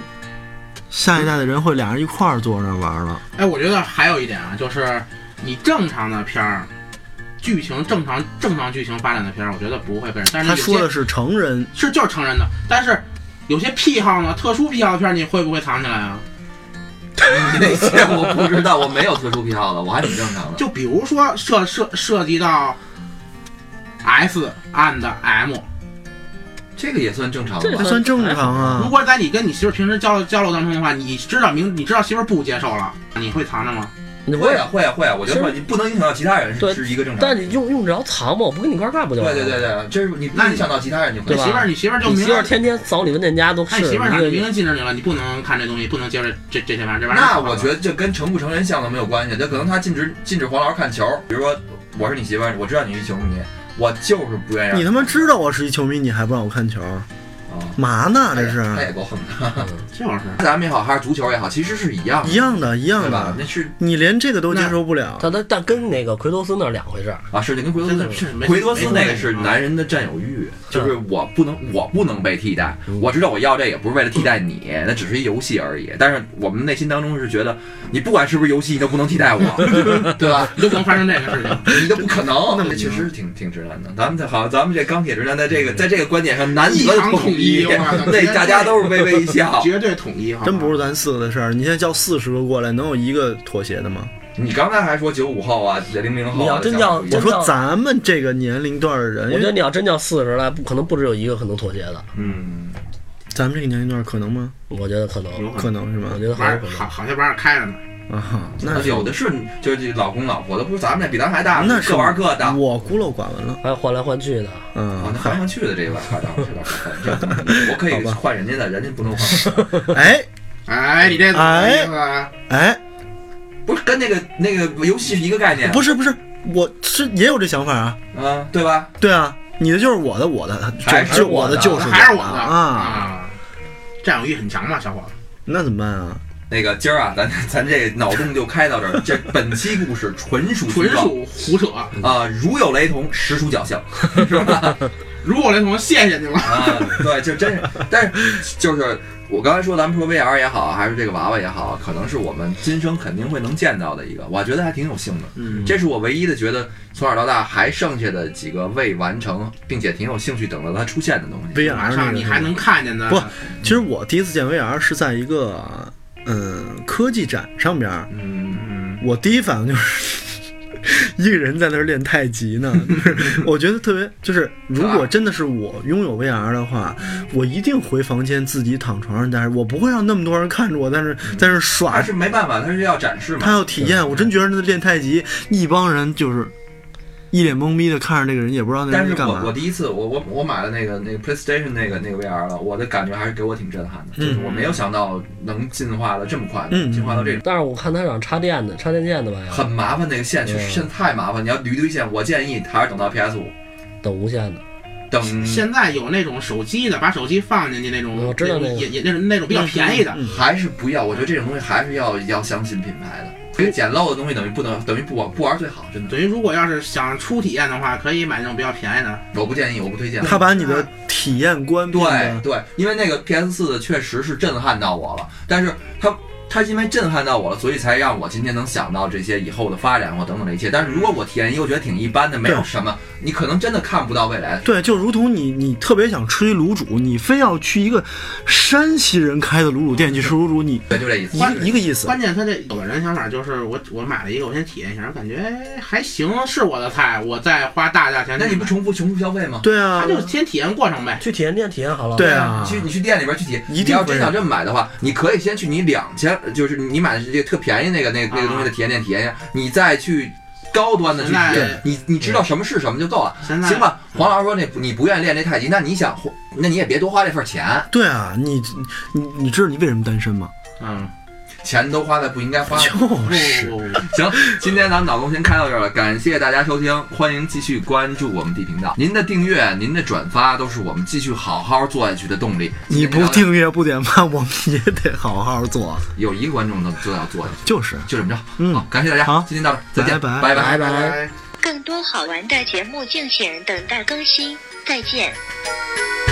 [SPEAKER 4] 下一代的人会俩人一块儿坐那儿玩了。
[SPEAKER 3] 哎，我觉得还有一点啊，就是你正常的片儿，剧情正常正常剧情发展的片儿，我觉得不会被人。但是
[SPEAKER 4] 他
[SPEAKER 3] 有
[SPEAKER 4] 说
[SPEAKER 3] 些
[SPEAKER 4] 的是成人，
[SPEAKER 3] 是就是成人的，但是有些癖好呢，特殊癖好的片儿，你会不会藏起来啊？
[SPEAKER 1] 你那些我不知道，我没有特殊癖好的，我还挺正常的。
[SPEAKER 3] 就比如说涉涉涉及到 S and M，
[SPEAKER 1] 这个也算正常
[SPEAKER 2] 这
[SPEAKER 4] 这
[SPEAKER 1] 吧？
[SPEAKER 4] 算正常
[SPEAKER 3] 如
[SPEAKER 2] 嗯
[SPEAKER 4] 啊。
[SPEAKER 3] 果在你跟你媳妇儿平时交流交流当中的话，你知道明你知道媳妇儿不接受了，你会藏着吗？
[SPEAKER 2] 你
[SPEAKER 1] 会啊会啊会啊！我觉得
[SPEAKER 2] 是
[SPEAKER 1] 会，你不能影响到其他人
[SPEAKER 2] 对
[SPEAKER 1] 是是一个正常。
[SPEAKER 2] 但你用用不着藏嘛，我不跟你一块儿干不就
[SPEAKER 1] 对
[SPEAKER 2] 完了？
[SPEAKER 1] 对对对，这是你不
[SPEAKER 3] 那你
[SPEAKER 1] 影响到其他人就
[SPEAKER 3] 你
[SPEAKER 1] 可以
[SPEAKER 2] 对吧
[SPEAKER 3] 媳妇儿你媳妇儿就
[SPEAKER 2] 你
[SPEAKER 3] 明
[SPEAKER 2] 媳妇儿
[SPEAKER 3] 着，
[SPEAKER 2] 天天扫你们店家都
[SPEAKER 3] 那你
[SPEAKER 2] 是
[SPEAKER 3] 媳妇儿
[SPEAKER 2] 一
[SPEAKER 3] 想
[SPEAKER 2] 个
[SPEAKER 3] 明着禁止你了，你不能看这东西，不能接着这这些玩意儿，这玩意儿
[SPEAKER 1] 那
[SPEAKER 3] 太可怕
[SPEAKER 1] 我
[SPEAKER 3] 了
[SPEAKER 1] 觉得这跟成不成人像都没有关系，这可能他禁止禁止黄老师看球，比如说我是你媳妇儿，我知道你是球迷，我就是不愿意让
[SPEAKER 4] 你他妈知道我是一球迷，你还不让我看球，
[SPEAKER 1] 啊，
[SPEAKER 4] 嘛呢？这
[SPEAKER 1] 他
[SPEAKER 4] 是
[SPEAKER 1] 也够横的。
[SPEAKER 3] 就是
[SPEAKER 1] 咱们也好，还是足球也好，其实是一样的，
[SPEAKER 4] 一样的，一样
[SPEAKER 1] 对吧？
[SPEAKER 4] 的。
[SPEAKER 1] 那是
[SPEAKER 4] 你连这个都接受不了，
[SPEAKER 2] 但但但跟那个奎托斯那儿两回事儿，
[SPEAKER 1] 啊，是那跟奎多斯
[SPEAKER 3] 真的是没
[SPEAKER 1] 奎多斯那个
[SPEAKER 3] 没
[SPEAKER 1] 是男人的占有欲，就是我不能我不能被替代
[SPEAKER 2] 嗯，
[SPEAKER 1] 我知道我要这也不是为了替代你，那只是一游戏而已。但是我们内心当中是觉得，你不管是不是游戏，你都不能替代我，对吧？
[SPEAKER 3] 你 <laughs> 都不能发生这个事情。
[SPEAKER 1] 你都不可能，那
[SPEAKER 4] 那么
[SPEAKER 1] 确实挺挺直男的。咱们这好，咱们这钢铁直男在这个在这个观点上难
[SPEAKER 3] 异
[SPEAKER 1] 得
[SPEAKER 3] 常
[SPEAKER 1] 统
[SPEAKER 3] 统一我操
[SPEAKER 1] 那大家都是微微一笑。
[SPEAKER 3] <laughs> 绝对统一哈，
[SPEAKER 4] 真不是咱四个的事儿。你现在叫四十个过来，能有一个妥协的吗？
[SPEAKER 1] 你刚才还说九五后啊，零零后啊，
[SPEAKER 2] 你要真
[SPEAKER 1] 想
[SPEAKER 2] 叫
[SPEAKER 1] 法不一
[SPEAKER 4] 我
[SPEAKER 1] 样
[SPEAKER 4] 说
[SPEAKER 2] 真
[SPEAKER 4] 咱们这个年龄段的人，
[SPEAKER 2] 我觉
[SPEAKER 4] 因
[SPEAKER 2] 得
[SPEAKER 4] 为
[SPEAKER 2] 你要真叫四十来，不可能不只有一个可能妥协的，
[SPEAKER 1] 嗯，
[SPEAKER 4] 咱们这个年龄段可能吗？
[SPEAKER 2] 我觉得可能，
[SPEAKER 3] 有可
[SPEAKER 4] 可
[SPEAKER 3] 能
[SPEAKER 4] 能是
[SPEAKER 2] 我
[SPEAKER 4] 吗？
[SPEAKER 2] 觉得
[SPEAKER 3] 玩
[SPEAKER 2] 还有
[SPEAKER 3] 儿
[SPEAKER 2] 可能
[SPEAKER 3] 好。好些玩意儿开着呢。
[SPEAKER 4] 啊哈，那
[SPEAKER 1] 那有的是就是老公老婆的，不是咱们这比咱还大，
[SPEAKER 4] 那是
[SPEAKER 1] 各玩各的。
[SPEAKER 4] 我孤陋寡闻了。
[SPEAKER 2] 还有换来换去的，
[SPEAKER 1] 啊，
[SPEAKER 4] 嗯
[SPEAKER 1] 那，换上去的这个夸张，这倒是夸张我可以换人家的，人家不能换。
[SPEAKER 4] 哎
[SPEAKER 3] 哎，你这怎么意思啊？
[SPEAKER 4] 哎，
[SPEAKER 1] 不是跟那个那个游戏是一个概念，
[SPEAKER 4] 不是不是，我是也有这想法啊。
[SPEAKER 1] 啊，对吧？
[SPEAKER 4] 对啊，你的就是我的，我的
[SPEAKER 1] 还
[SPEAKER 4] 就是就
[SPEAKER 1] 我的
[SPEAKER 4] 的就是
[SPEAKER 3] 还是我的
[SPEAKER 4] 啊。
[SPEAKER 3] 啊，占有欲很强嘛，小伙子。
[SPEAKER 4] 那怎么办啊？
[SPEAKER 1] 那个今儿啊，咱咱这脑洞就开到这儿，这本期故事纯属虚
[SPEAKER 3] 纯
[SPEAKER 1] 构
[SPEAKER 3] 属胡扯。
[SPEAKER 1] 啊、如有雷同，实属侥幸，是吧？
[SPEAKER 3] 如果雷同，谢谢你了。
[SPEAKER 1] 啊，对，就真是， <laughs> 但是就是我刚才说，咱们说 VR 也好，还是这个娃娃也好，可能是我们今生肯定会能见到的一个，我觉得还挺有幸的。
[SPEAKER 3] 嗯，
[SPEAKER 1] 这是我唯一的觉得从小到大还剩下的几个未完成，并且挺有兴趣等到它出现的东西。
[SPEAKER 4] VR
[SPEAKER 3] 马
[SPEAKER 4] 那
[SPEAKER 3] 上
[SPEAKER 4] 个
[SPEAKER 3] 你
[SPEAKER 4] 是
[SPEAKER 3] 还能看见的。
[SPEAKER 4] 不其实我第一次见 VR 是在一个嗯科技展上边儿，
[SPEAKER 1] 嗯，
[SPEAKER 3] 嗯，
[SPEAKER 4] 我第一反应就是 <laughs> 一个人在那儿练太极呢。 <laughs> 我觉得特别就是，如果真的是我拥有 VR 的话，我一定回房间自己躺床上待着，我不会让那么多人看着我在那儿在那儿
[SPEAKER 1] 他
[SPEAKER 4] 耍。
[SPEAKER 1] 是没办法，他是要展示
[SPEAKER 4] 他
[SPEAKER 1] 嘛。
[SPEAKER 4] 要体验，我真觉得那练太极一帮人就是。一脸懵逼的看着这个人，也不知道那
[SPEAKER 1] 但
[SPEAKER 4] 人
[SPEAKER 1] 是
[SPEAKER 4] 干
[SPEAKER 1] 我我
[SPEAKER 4] 嘛。
[SPEAKER 1] 第一次我我我买了那个那个 PlayStation 那个那个 VR 了，我的感觉还是给我挺震撼的，就是我没有想到能进化的这么快，
[SPEAKER 4] 嗯
[SPEAKER 1] 进化到这种。
[SPEAKER 2] 但是我看他想插电的，插电线的吧，
[SPEAKER 1] 很麻烦，那个线确实
[SPEAKER 2] 嗯
[SPEAKER 1] 线太麻烦。你要捋一堆线，我建议还是等到 PS 五，
[SPEAKER 2] 等无线的。
[SPEAKER 1] 等
[SPEAKER 3] 现在有那种手机的，把手机放进去那种，
[SPEAKER 2] 我知道
[SPEAKER 3] 那
[SPEAKER 2] 那
[SPEAKER 3] 种
[SPEAKER 2] 个
[SPEAKER 3] 也也那种那种
[SPEAKER 4] 嗯
[SPEAKER 3] 比较便宜的，
[SPEAKER 1] 还是不要。我觉得这种东西还是要要相信品牌的，这个简陋的东西等于不能等于不玩不玩最好，真的。
[SPEAKER 3] 等于如果要是想初体验的话，可以买那种比较便宜的。
[SPEAKER 1] 我不建议，我不推荐。
[SPEAKER 4] 嗯他把你的体验观变
[SPEAKER 1] 对
[SPEAKER 4] 得
[SPEAKER 1] 对，因为那个 PS 四确实是震撼到我了，但是它它因为震撼到我了，所以才让我今天能想到这些以后的发展或等等这一切。但是如果我体验一个我觉得挺一般的，没有
[SPEAKER 4] 对
[SPEAKER 1] 什么，你可能真的看不到未来。
[SPEAKER 4] 对，就如同你你特别想吃一卤煮，你非要去一个山西人开的卤煮店去吃卤煮，你
[SPEAKER 1] 对，就这意思
[SPEAKER 4] 一。个一个意思。
[SPEAKER 3] 关键他这有的人想法就是我我买了一个，我先体验一下，我感觉哎还行，是我的菜，我再花大价钱去
[SPEAKER 1] 那
[SPEAKER 3] 买。
[SPEAKER 1] 你不重复重复消费吗？
[SPEAKER 4] 对啊
[SPEAKER 3] 他，就先体验过程呗。
[SPEAKER 2] 去体验店体验好了。
[SPEAKER 4] 对啊
[SPEAKER 1] 你，去你去店里边去体，
[SPEAKER 4] 一定
[SPEAKER 1] 你要
[SPEAKER 4] 会
[SPEAKER 1] 真想这么买的话，你可以先去你两千，就是你买的这个特便宜那个那个那个东西的体验店体验一下，你再去高端的去体
[SPEAKER 3] 现
[SPEAKER 1] 验
[SPEAKER 3] 在，
[SPEAKER 1] 你你知道什么是什么就够了。
[SPEAKER 3] 现在
[SPEAKER 1] 行吧，黄老师说那你不愿意练这太极，那你想，那你也别多花这份钱，
[SPEAKER 4] 对啊，你你你知道你为什么单身吗？
[SPEAKER 3] 嗯，
[SPEAKER 1] 钱都花在不应该花的。
[SPEAKER 4] 就
[SPEAKER 3] 不
[SPEAKER 4] 是
[SPEAKER 3] 不不不，
[SPEAKER 1] 行，今天咱们脑洞先开到这儿了，感谢大家收听，欢迎继续关注我们 D 频道，您的订阅、您的转发都是我们继续好好做下去的动力。
[SPEAKER 4] 你
[SPEAKER 1] 今
[SPEAKER 4] 不
[SPEAKER 1] 天聊
[SPEAKER 4] 订阅不点赞，我们也得好好做。
[SPEAKER 1] 有一个观众都都要做下去，
[SPEAKER 4] 就是，
[SPEAKER 1] 就这么着。
[SPEAKER 4] 嗯
[SPEAKER 1] 好，感谢大家，
[SPEAKER 4] 好
[SPEAKER 1] 今天到这儿，再见，
[SPEAKER 4] 拜拜
[SPEAKER 1] 拜
[SPEAKER 2] 拜拜。
[SPEAKER 5] 更多好玩的节目敬请等待更新，再见。
[SPEAKER 4] 拜